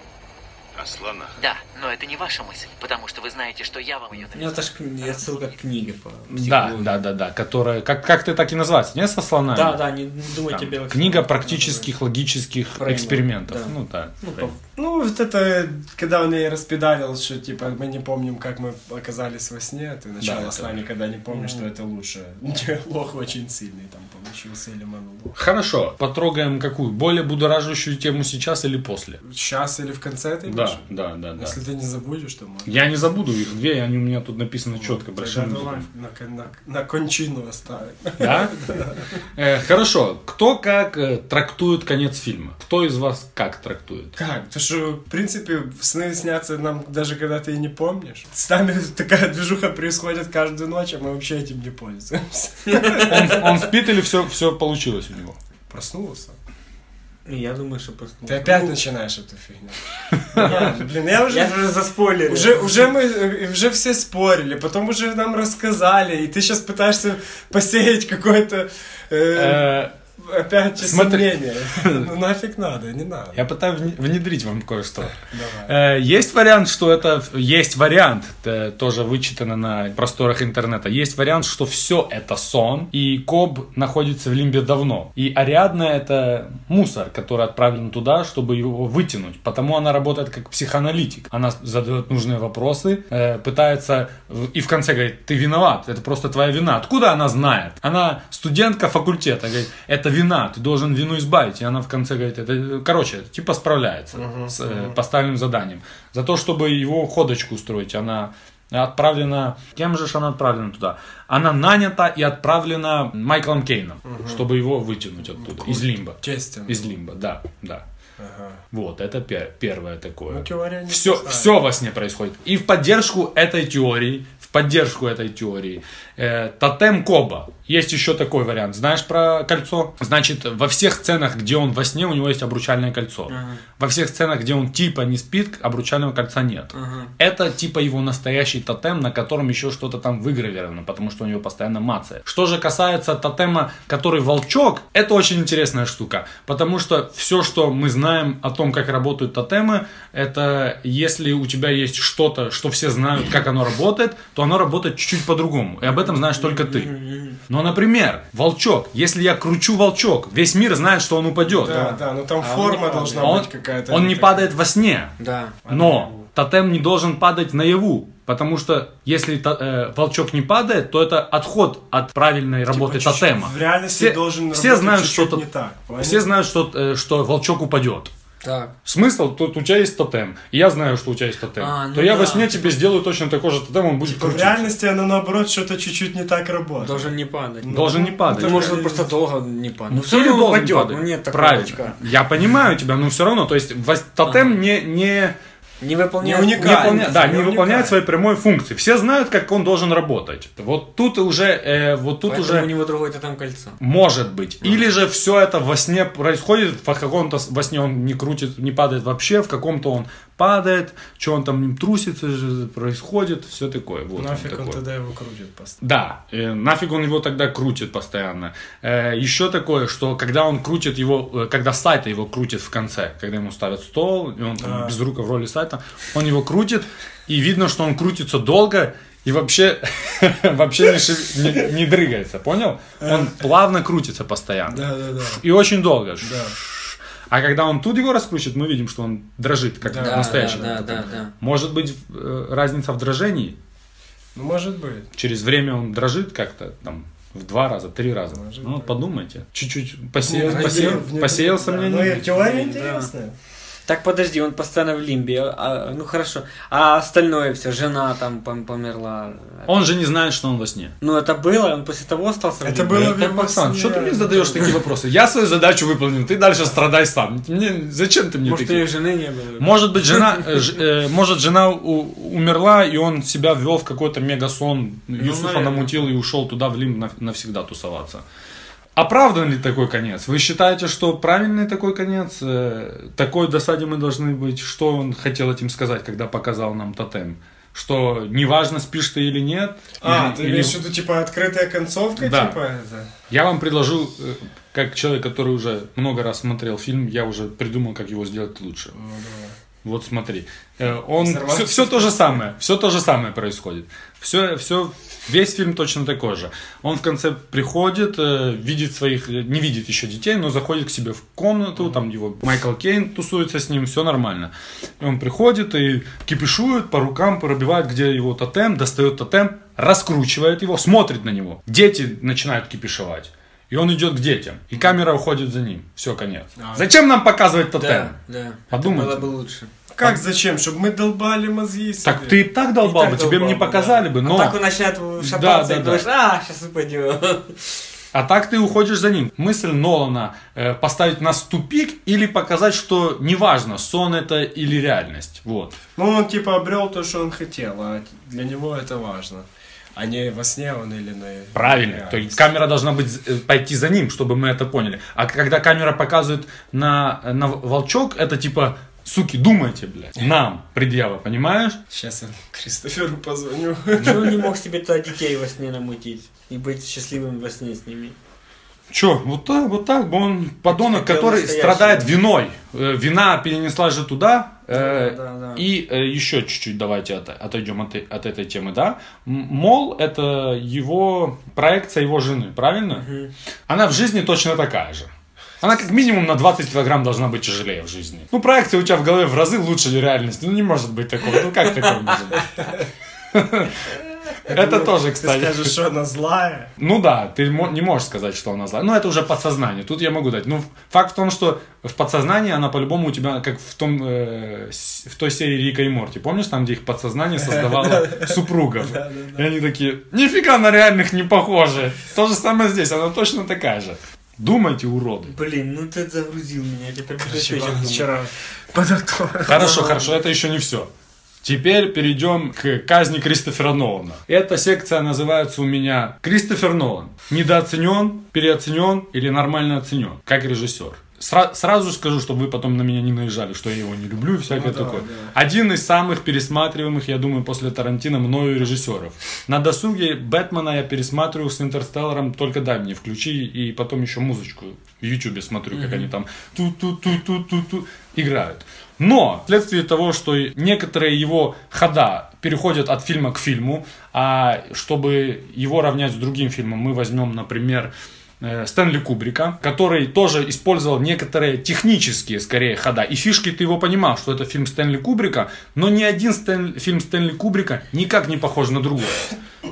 О слонах.
Да, но это не ваша мысль, потому что вы знаете, что я вам ее
У меня
навязал.
тоже кни- отсылка к книге по
Да,
психологии.
да, да, да. Которая, как, как ты так и назвать, не со слонами?
Да, да, не, не думайте
Там,
о белых
книга
слонах.
практических логических
Фреймов,
экспериментов.
да.
Ну да.
Ну,
фрейм.
Ну, вот это, когда он ей распедалил, что, типа, мы не помним, как мы оказались во сне, ты начало
это-
сна никогда не помнишь, что это лучше. Лох очень сильный там получился, или монолог.
Хорошо, потрогаем какую? Более будоражащую тему сейчас или после?
Сейчас или в конце ты
Да,
имеешь?
да, да, да.
Если ты не забудешь, то можно.
Я не забуду их две, и они у меня тут написаны четко, большими
Тогда давай
буквами.
на, кон- на, на кончину оставим.
Да? Э, Хорошо, кто как э, трактует конец фильма? Кто из вас как трактует?
Как? Потому что, в принципе, сны снятся нам даже когда ты и не помнишь. С нами такая движуха происходит каждую ночь, а мы вообще этим не пользуемся.
Он, он спит или все, все получилось у него?
Проснулся.
И Я думаю, что просто... Ну,
Ты
ну,
опять начинаешь эту фигню. Я, Блин, я
Я
уже...
же заспойлерил.
Уже, уже мы, э, уже все спорили, потом уже нам рассказали, и ты сейчас пытаешься посеять какое-то э,
Э,
опять же
смотри.
сомнение. Ну нафиг надо, не надо.
Я пытаюсь вне- внедрить вам кое-что.
Давай.
Э, Есть вариант, что это... Есть вариант, э, тоже вычитано на просторах интернета. Есть вариант, что все это сон, и Коб находится в лимбе давно. И Ариадна это мусор, который отправлен туда, чтобы его вытянуть. Потому она работает как психоаналитик. Она задает нужные вопросы, э, пытается... в- И в конце говорит, ты виноват, это просто твоя вина. Откуда она знает? Она студентка факультета, говорит, это вина, ты должен вину избавить. И она в конце говорит, это... Короче, типа справляется с э, поставленным заданием. За то, чтобы его ходочку устроить, она отправлена... Кем же ж она отправлена туда? Она нанята и отправлена Майклом Кейном, чтобы его вытянуть оттуда, из лимба.
Честен.
Из лимба, да, да. Вот, это пе- первое такое.
Ну, теория не
все,
плохая.
все во сне происходит. И в поддержку этой теории, в поддержку этой теории, э, тотем Коба. Есть еще такой вариант. Знаешь про кольцо? Значит, во всех сценах, где он во сне, у него есть обручальное кольцо. Во всех сценах, где он типа не спит, обручального кольца нет. Это типа его настоящий тотем, на котором еще что-то там выгравировано, потому что у него постоянно мация. Что же касается тотема, который волчок, это очень интересная штука, потому что все, что мы знаем о том, как работают тотемы, это если у тебя есть что-то, что все знают, как оно работает, то то оно работает чуть-чуть по-другому. И об этом знаешь только ты. Но, например, волчок. Если я кручу волчок, весь мир знает, что он упадет.
Да, да, но там форма должна
А Он,
быть какая-то. Ну,
он не
такая.
падает во сне.
Да.
Но тотем не должен падать наяву. Потому что если то- э, волчок не падает, то это отход от правильной работы
Типа, чуть-чуть
тотема.
в реальности должен
все
работать
знают,
чуть-чуть
что тот-
не так, понял?
Все знают, что, э, что волчок упадет.
Так.
Смысл, тут у тебя есть тотем. И я знаю, что у тебя есть тотем.
А, ну
то я во
да.
сне тебе сделаю точно такой же тотем, он будет
Типа, в
крутиться.
реальности оно наоборот что-то чуть-чуть не так работает.
Должен не падать.
Должен не падать.
Ты
Может,
может
он
просто долго не падать. Ну
Или должен падать.
Ну нет такого
Правильно.
очка.
Я понимаю тебя, но все равно, то есть вос- тотем не, не,
Не
Не
выполняет.
не
уникальный.
выполня- да, не
уникальный.
выполняет своей прямой функции. Все знают, как он должен работать. Вот тут уже, э, вот тут
Поэтому
уже
у него другое там кольцо.
Может быть. Или же все это во сне происходит, в каком-то с- во сне он не крутит, не падает вообще, в каком-то он падает, что он там трусится, же происходит, все такое. Вот он
Нафиг он
такой.
тогда его крутит просто.
Да, э, нафиг он его тогда крутит постоянно. еще такое, что когда он крутит его, э, когда сайта его крутит в конце, когда ему ставят стол, и он там
Да.
без рука в роли сайта, он его крутит, и видно, что он крутится долго и вообще, вообще не, шев- не- не дрыгается, понял? Он плавно крутится постоянно.
Да, да, да.
И очень долго.
Да.
А когда он тут его раскручивает, мы видим, что он дрожит, как
Да,
настоящий.
Да, да, да,
Может быть, э, разница в дрожении?
Ну, может быть.
через время он дрожит как-то там в два раза, три раза. ну, подумайте. Чуть-чуть посеял,
Вне-
посеял,
вне-
посеял
да.
сомнение.
Ну, и теория интересная.
Так подожди, он постоянно в лимбе. а, а, ну хорошо. А остальное все, жена там пом- померла.
Он же не знает, что он во сне.
Ну это было, он после того остался. в
Это
лимбе.
было
Э,
в
так,
его
Оксан,
сне.
что ты мне задаешь такие вопросы? Я свою задачу выполнил, ты дальше страдай сам. Мне, зачем ты мне
Может, у
такие?
нее жены не было.
Может быть, жена, э, ж- э, может, жена у- умерла, и он себя ввел в какой-то мегасон,
Ну,
Юсуфа
наверное.
намутил и ушел туда в Лим нав- навсегда тусоваться. Оправдан ли такой конец? Вы считаете, что правильный такой конец? Э, Такой досаде мы должны быть? Что он хотел этим сказать, когда показал нам тотем? Что неважно, спишь ты или нет?
А,
или-
ты
или-
имеешь в виду, типа, открытая концовка,
Да.
типа, это?
Я вам предложил, э, как человек, который уже много раз смотрел фильм, я уже придумал, как его сделать лучше.
Ну,
Вот смотри, Э, он
Взорвался.
все, то же самое, все то же самое происходит. Все, все, весь фильм точно такой же. Он в конце приходит, э, видит своих, э, не видит еще детей, но заходит к себе в комнату, там его Майкл Кейн тусуется с ним, все нормально. И он приходит и кипишует по рукам, пробивает, где его тотем, достает тотем, раскручивает его, смотрит на него. Дети начинают кипишевать. И он идет к детям. И камера уходит за ним. Все, конец. Зачем нам показывать тотем?
А. Да, да.
Подумайте.
Это было бы лучше.
Как зачем? Чтобы мы долбали мозги себе.
А Так ты и так долбал
И
бы,
так
тебе бы не
долбал бы,
показали бы, но...
А так он начинает шататься
да,
и
да.
думаешь, а, сейчас упадет.
А так ты уходишь за ним. Мысль Нолана э, поставить нас в тупик или показать, что неважно, сон это или реальность. Вот.
Ну, он, типа, обрел то, что он хотел, а для него это важно. А не во сне он или на...
Правильно. То есть камера должна быть, э, пойти за ним, чтобы мы это поняли. А когда камера показывает на, на волчок, это типа, суки, думайте, блядь, нам предъява, понимаешь?
Сейчас я Кристоферу позвоню.
Почему он не мог себе туда детей во сне намутить? И быть счастливым во сне с ними.
Че, вот так, вот так, бы он подонок,
Хотел
который
настоящего.
страдает виной. Э, Вина перенесла же туда. э,
Да, да.
И еще чуть-чуть давайте от- отойдем от, э- от этой темы, да? М- Мол, это его проекция его жены, правильно? Она в жизни точно такая же. Она как минимум на 20 килограмм должна быть тяжелее в жизни. Ну, проекция у тебя в голове в разы лучше реальности. Ну, не может быть такого. Ну, как такое может быть? Это тоже,
Ты
кстати.
скажешь, что она злая.
Ну да, ты мо- не можешь сказать, что она злая. Ну, это уже подсознание. Тут я могу дать. Ну, факт в том, что в подсознании она по-любому у тебя, как в, том, э, с- в той серии Рика и Морти. Помнишь, там, где их подсознание создавало супругов? И они такие, нифига на реальных не похожи. То же самое здесь, она точно такая же. Думайте, уроды.
Блин, ну ты загрузил меня, я теперь буду
Короче,
вечер
Иван
думать.
вчера под
Хорошо, хорошо, это еще не все. Теперь перейдем к казни Кристофера Нолана. Эта секция называется у меня «Кристофер Нолан. Недооценен, переоценен или нормально оценен, как режиссер». Сра- сразу скажу, чтобы вы потом на меня не наезжали, что я его не люблю и всякое
да,
такое.
да.
Один из самых пересматриваемых, я думаю, после Тарантино мною режиссеров. На досуге Бэтмена я пересматриваю с Интерстелларом, только дай мне включи, и потом еще музычку в Ютубе смотрю, как они там ту-ту-ту-ту-ту-ту играют. Но вследствие того, что и некоторые его хода переходят от фильма к фильму, а чтобы его равнять с другим фильмом, мы возьмем, например, э, Стэнли Кубрика, который тоже использовал некоторые технические, скорее, хода. И фишки ты его понимал, что это фильм Стэнли Кубрика, но ни один Стэн- фильм Стэнли Кубрика никак не похож на другой.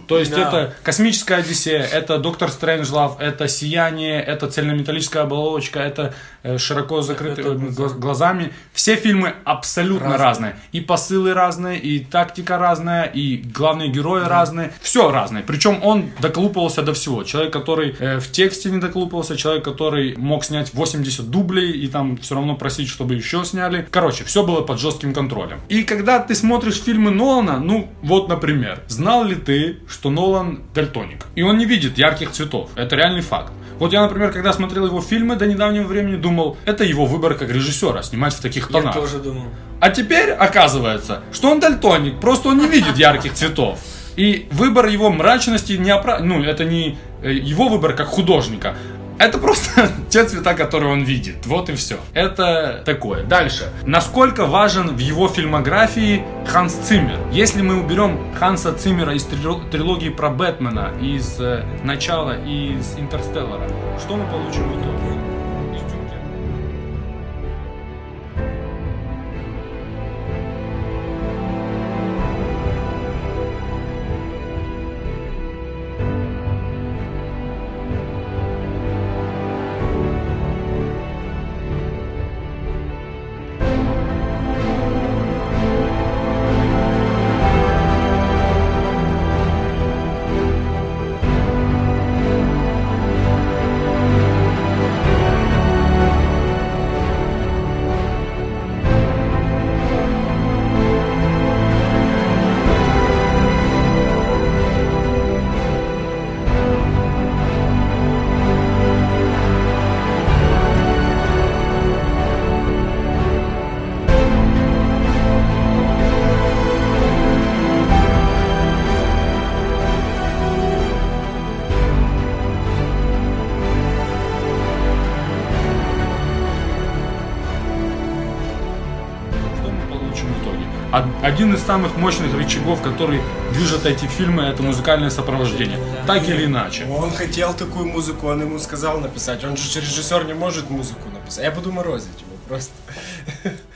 То есть это «Космическая Одиссея», это «Доктор Стрэнджлав», это «Сияние», это «Цельнометаллическая оболочка», это э, «Широко закрытыми гла- глазами». Все фильмы абсолютно разные. И посылы разные, и тактика разная, и главные герои разные. Все разное. Причем он доколупывался до всего. Человек, который э, в тексте не доколупывался, человек, который мог снять 80 дублей и там все равно просить, чтобы еще сняли. Короче, все было под жестким контролем. И когда ты смотришь фильмы Нолана, ну вот, например, знал ли ты, что Нолан дальтоник? И он не видит ярких цветов. Это реальный факт. Вот я, например, когда смотрел его фильмы до недавнего времени, думал, это его выбор как режиссера, снимать в таких
Я
тонах.
тоже думал.
А теперь оказывается, что он дальтоник, просто он не видит ярких цветов. И выбор его мрачности не опра... Ну, это не э, его выбор как художника. Это просто те цвета, которые он видит. Вот и все. Это такое. Дальше. Насколько важен в его фильмографии Ханс Циммер? Если мы уберем Ханса Циммера из трило- трилогии про Бэтмена, из э, начала и из Интерстеллара, что мы получим в итоге? Из «Дюнкерка». Что мы получим в итоге? Од- Один из самых мощных рычагов, который движет эти фильмы, это музыкальное сопровождение. Так или иначе.
Он хотел такую музыку, он ему сказал написать. Он же режиссер не может музыку написать. Я буду морозить его просто.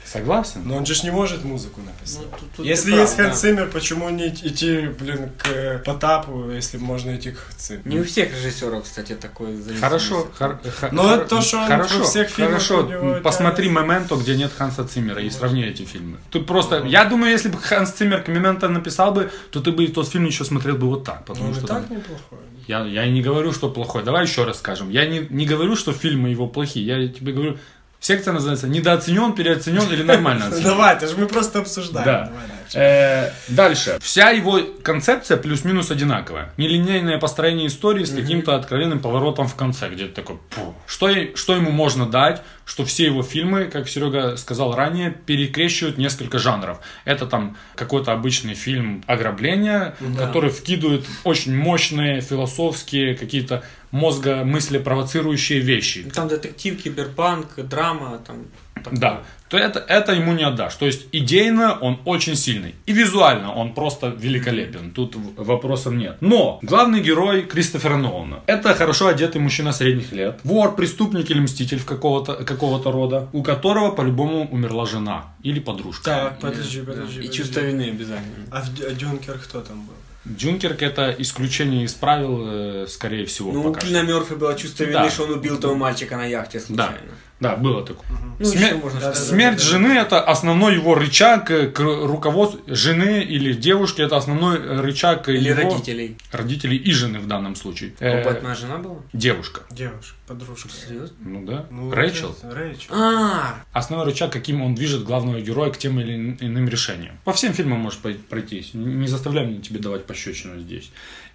Согласен?
Но он же ж не может музыку написать.
Ну, тут- тут
если
ты прав,
есть
да.
Хэнс Циммер, почему не идти, блин, к э, Потапу, если можно идти к Хэнс Циммеру?
Не у всех режиссеров, кстати, такой зависимость.
Хорошо. хор- хор-
Но
хор-
то, что он
хорошо,
во всех фильмах
хорошо.
у него
Посмотри
тянет.
Моменто, где нет Ханса Циммера, и сравни эти фильмы. Ты просто, я думаю, если бы Ханс Циммер к Моменто написал бы, то ты бы и тот фильм еще смотрел бы вот так, потому
Он и
что там-
Ну, так неплохой.
Я, я и не говорю, что плохой. Давай еще раз скажем. Я не, не говорю, что фильмы его плохие. Я тебе говорю, секция называется недооценен, переоценен или нормально оценен.
Ну, Давай, это же мы просто обсуждаем.
Да.
Давай дальше.
Э, Дальше. Вся его концепция плюс-минус одинаковая. Нелинейное построение истории с каким-то откровенным поворотом в конце, где-то такой «пу». Что, е- что ему можно дать, что все его фильмы, как Серега сказал ранее, перекрещивают несколько жанров. Это там какой-то обычный фильм ограбления, который вкидывает очень мощные философские какие-то мозга мысли провоцирующие вещи.
Там детектив, киберпанк, драма, там... такое.
Да, то это, это ему не отдашь. То есть идейно он очень сильный. И визуально он просто великолепен. Тут в- вопросов нет. Но главный герой Кристофера Нолана. Это хорошо одетый мужчина средних лет. Вор, преступник или мститель в какого-то, какого-то рода, у которого по-любому умерла жена или подружка.
Так, подожди, подожди.
И
подожди.
чувство вины обязательно.
А в Дю- а Дюнкер кто там был?
Дюнкерк это исключение из правил, э, скорее всего,
Ну, у
пока что.
Кина Мерфи было чувство вины,
Да.
что он убил того мальчика на яхте случайно.
Да, было такое.
Ну,
Смер-
еще можно
Да,
что-то
да,
Смерть жены это основной его рычаг э, к руководству жены или девушки это основной э, рычаг
Или
его-
родителей. Ну,
родителей и жены в данном случае. Э,
Опытная жена была?
девушка.
Девушка, подружка.
Серьезно?
Ну да.
Ну,
Рэйчел.
Рэйчел.
А,
Основной рычаг, каким он движет главного героя к тем или ин- иным решениям. По всем фильмам можешь пой- пройтись. Н- Не заставляй меня тебе давать пощечину здесь.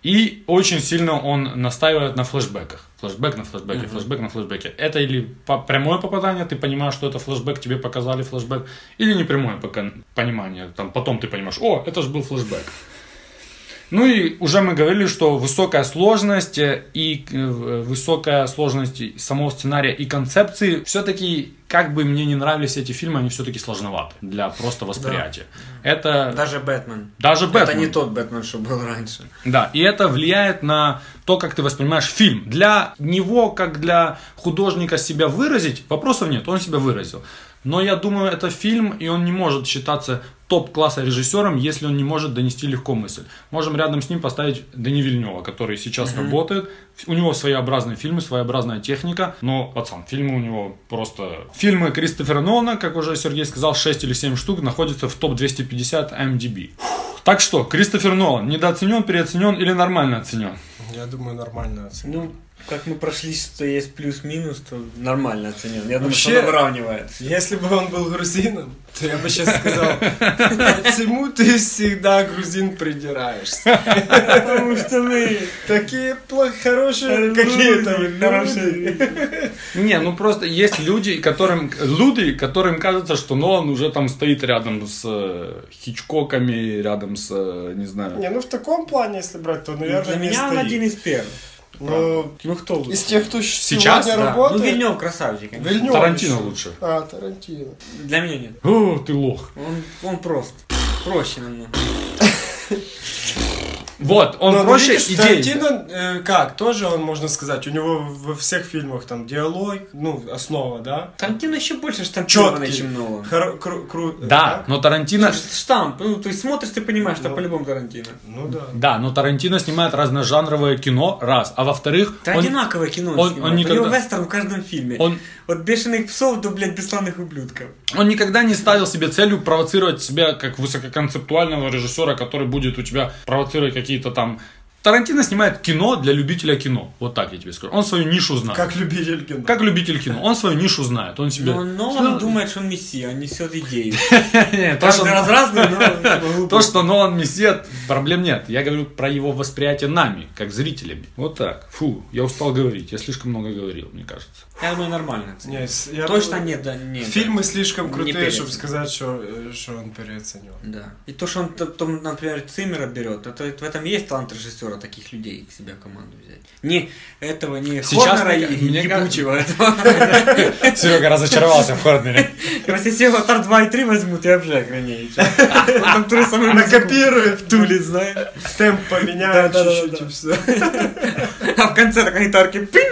И очень сильно он настаивает на флешбеках. Флэшбэк на флэшбэке, флэшбэк на флэшбэке. Это или по- прямое попадание, ты понимаешь, что это флэшбэк, тебе показали флэшбэк, или непрямое пока понимание, там потом ты понимаешь, о, это же был флэшбэк. Ну и уже мы говорили, что высокая сложность э, и э, высокая сложность и самого сценария и концепции все-таки, как бы мне не нравились эти фильмы, они все-таки сложноваты для просто восприятия. Это
Даже Бэтмен.
даже Бэтмен.
Это не тот Бэтмен, что был раньше.
Да, и это влияет на то, как ты воспринимаешь фильм. Для него, как для художника себя выразить, вопросов нет, он себя выразил. Но я думаю, это фильм, и он не может считаться топ-класса режиссером, если он не может донести легко мысль. Можем рядом с ним поставить Дани Вильнева, который сейчас работает. У него своеобразные фильмы, своеобразная техника, но, пацан, фильмы у него просто... Фильмы Кристофера Нолана, как уже Сергей сказал, 6 или 7 штук, находятся в топ-250 IMDb. Так что, Кристофер Нолан недооценен, переоценен или нормально оценен?
Я думаю, нормально оценил.
Ну, как мы прошлись, что есть плюс-минус, то нормально оценен. Я думаю,
Вообще-
что он выравнивает.
Если бы он был грузином, то я бы сейчас сказал, почему ты всегда грузин придираешься?
Потому что мы
Такие плохо хорошие какие-то
люди,
хорошие.
Не, ну просто есть люди, которым люди, которым кажется, что Нолан уже там стоит рядом с э, Хичкоками, рядом с, э, не знаю.
Не, ну в таком плане, если брать,
Ну,
то, наверное,
Для
не
меня он один
стоит.
из первых.
Ну,
Ну кто лучше?
из тех, кто
Сейчас,
сегодня
Да. Ну
работает,
Вильнев красавчик. конечно.
Вильнёв
Тарантино
еще.
лучше.
А, Тарантино.
Для меня нет.
О, ты лох.
Он, он прост. Проще намного.
Вот, он
Но, ну,
проще
видишь,
идей.
Тарантино, э, как, тоже он, можно сказать, у него во всех фильмах там диалог, ну, основа, да?
Тарантино еще больше штампированный,
Чёткий.
чем Нолан.
Хоро- кру- кру-
Да, ну.
так?
но Тарантино...
Штамп. Ну, то есть смотришь, ты понимаешь, что
Ну.
по-любому Тарантино.
Ну да.
Да, но Тарантино снимает разножанровое кино, раз. А во-вторых,
Да
он-
одинаковое кино
он-
он,
он
снимает. У него
никогда-
вестерн в каждом фильме.
он
От бешеных псов до, блядь, бесславных ублюдков.
Он никогда не ставил себе целью провоцировать себя как высококонцептуального режиссера, который будет у тебя провоцировать какие-то там... Тарантино снимает кино для любителя кино. Вот так я тебе скажу. Он свою нишу знает.
Как Ну, любитель кино.
Как любитель кино. Он свою нишу знает. Он себе...
Но Нолан думает, что он мессия, он несет идею.
Не, то,
Каждый
что-
раз разный, но... типа, глупый.
то, что Нолан мессия, проблем нет. Я говорю про его восприятие нами, как зрителями. Вот так. Фу, я устал говорить. Я слишком много говорил, мне кажется.
Я думаю, нормально.
Не, с- я
Точно
бы-
нет, да, нет.
Фильмы слишком
Не
крутые,
переоценил.
чтобы сказать, что, э, что он переоценил.
Да. И то, что он, т- там, например, Циммера берет, это, в этом и есть талант режиссера, таких людей к себе в команду взять. Не этого, не
Сейчас
Хорнера
мне-
и
мне кажется-
ебучего этого.
Серега разочаровался в Хорнере.
Если все «Аватар 2» и 3 возьмут, я вообще охренею. Там ту же самую музыку
Накопирует,
в Туле, знаешь.
темп поменяет
Да-да-да-да.
чуть-чуть и все.
А в конце так они тарки пинь!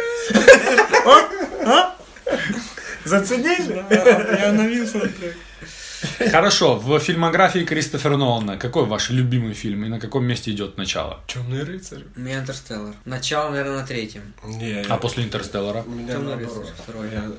Заценили?
Я навился.
Хорошо, в фильмографии Кристофера Нолана какой ваш любимый фильм и на каком месте идет начало?
Темный рыцарь.
У меня «Интерстеллар». Начало, наверное, на третьем.
Не,
А после Интерстеллара?
у меня
«Темный
наоборот.
рыцарь» второй.
Я-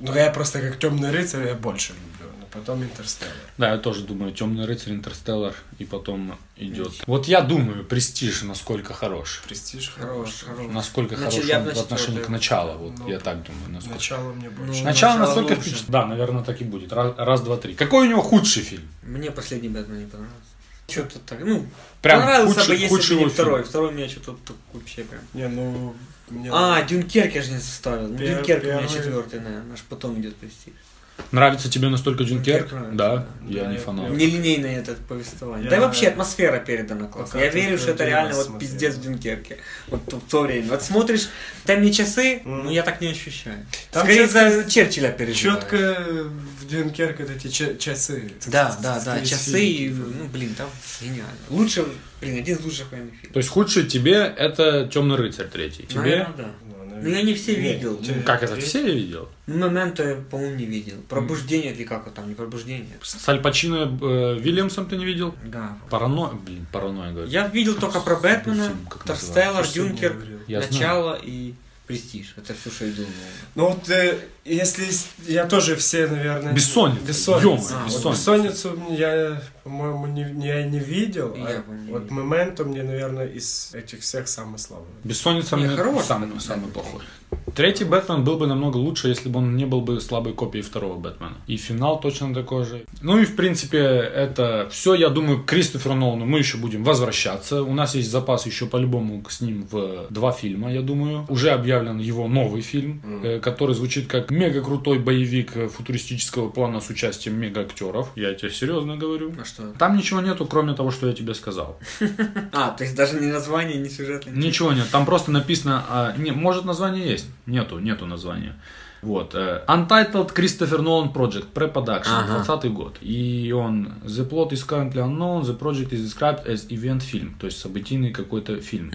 Ну я просто как темный рыцарь я больше люблю, но потом Интерстеллар.
Да, я тоже думаю, Темный рыцарь, Интерстеллар и потом идет. Вот я думаю, Престиж насколько хорош.
Престиж Ну, хорош.
Хорош, хорош.
Насколько
Значит,
хорош
я
он
бы
в
на
отношении к
четвертую.
началу. Вот
Ну,
я так думаю. Насколько...
Начало мне больше.
Начало,
Ну, начало
настолько
лучше.
впечат- Да, наверное, так и будет. Раз, раз, два, три. Какой у него худший фильм?
Мне последний Бэтмен не понравился. Что-то так, ну,
Прям
понравился
худший,
бы, если
худший
бы не
его фильм.
второй. Второй меня что-то так вообще прям...
Не, ну мне.
А, Дюнкерк я же не составил. Ну,
Пер-
Дюнкерк у меня
первый.
четвертый, наверное. Аж потом идет престиж.
Нравится тебе настолько Дюнкерк?
Дюнкерк нравится,
Да,
да.
я
Да,
не
я-
фанат.
Нелинейное это повествование.
Я-
Да и вообще атмосфера передана классно.
Пока
Я
ты
верю, что это
один
реально
раз
вот
смотрел.
пиздец в Дюнкерке. Вот в то- в то время. Вот смотришь, там не часы,
Мгм.
но я так не ощущаю.
Там
Скорее
четко-
за Черчилля переживаю.
четко в Дюнкерк это эти ча- часы.
Да, да, да,
Из
часы, и,
фильма.
ну, блин, там гениально. Лучше, блин, один из лучших военных фильмов.
То есть худший тебе это Темный рыцарь третий. Тебе?
Наверное, да.
Ну,
Ну, я не все видел.
Ну, Как это? Все я видел?
Ну, Моменты, я, по-моему, не видел. Пробуждение или как это там, не пробуждение.
С Аль Пачино э, Вильямсом ты не видел?
Да.
Парано... Блин, паранойя, говорю.
Я видел только про Бэтмена,
Фильм, как
Тарстеллар,
называется? Что
Дюнкерк,
сегодня
Я знаю.
Начало и Престиж. Это все, что я видел. нового.
Ну вот э, если с- я тоже все, наверное.
Бессонница. Ё-моё,
Бессонница. А, вот
бессонница.
бессонницу мне я, по-моему, не, не- я не видел.
И
а
я, по-моему, не
вот
видел.
моменту мне, наверное, из этих всех самый слабый.
Бессонница
Не,
мне
хороший.
самый, самый плохой. Третий Бэтмен был бы намного лучше, если бы он не был бы слабой копией второго Бэтмена. И финал точно такой же. Ну и в принципе это все, я думаю, к Кристоферу Нолану мы еще будем возвращаться. У нас есть запас еще по-любому с ним в два фильма, я думаю. Уже объявлен его новый фильм, э, который звучит как мега крутой боевик э, футуристического плана с участием мега актеров. Я тебе серьезно говорю.
А что?
Там ничего нету, кроме того, что я тебе сказал.
А, то есть даже ни название, ни сюжет. ничего.
Ничего нет, там просто написано, а, не, может название есть, нету, нету названия. Вот. э, Untitled Christopher Nolan Project, pre-production, 20 год. И он, the plot is currently unknown, the project is described as event film, то есть событийный какой-то фильм.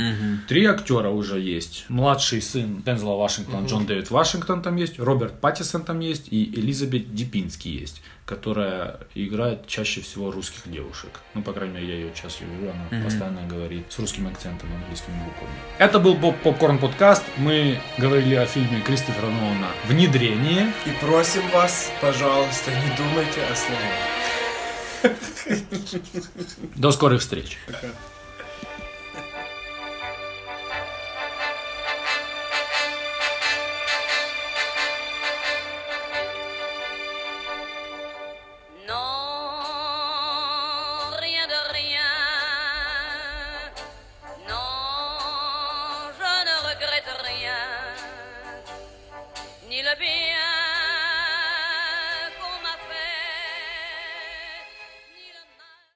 Три актера уже есть. Младший сын Дензела Вашингтон, Джон Дэвид Вашингтон там есть, Роберт Паттисон там есть и Элизабет Дипински есть, которая играет чаще всего русских девушек. Ну, по крайней мере, я ее сейчас вижу, она постоянно говорит с русским акцентом, английскими буквами. Это был Боб Попкорн подкаст. Мы говорили о фильме Кристофера Нолана «Внедрение».
И просим вас, пожалуйста, не думайте о слове.
До скорых встреч.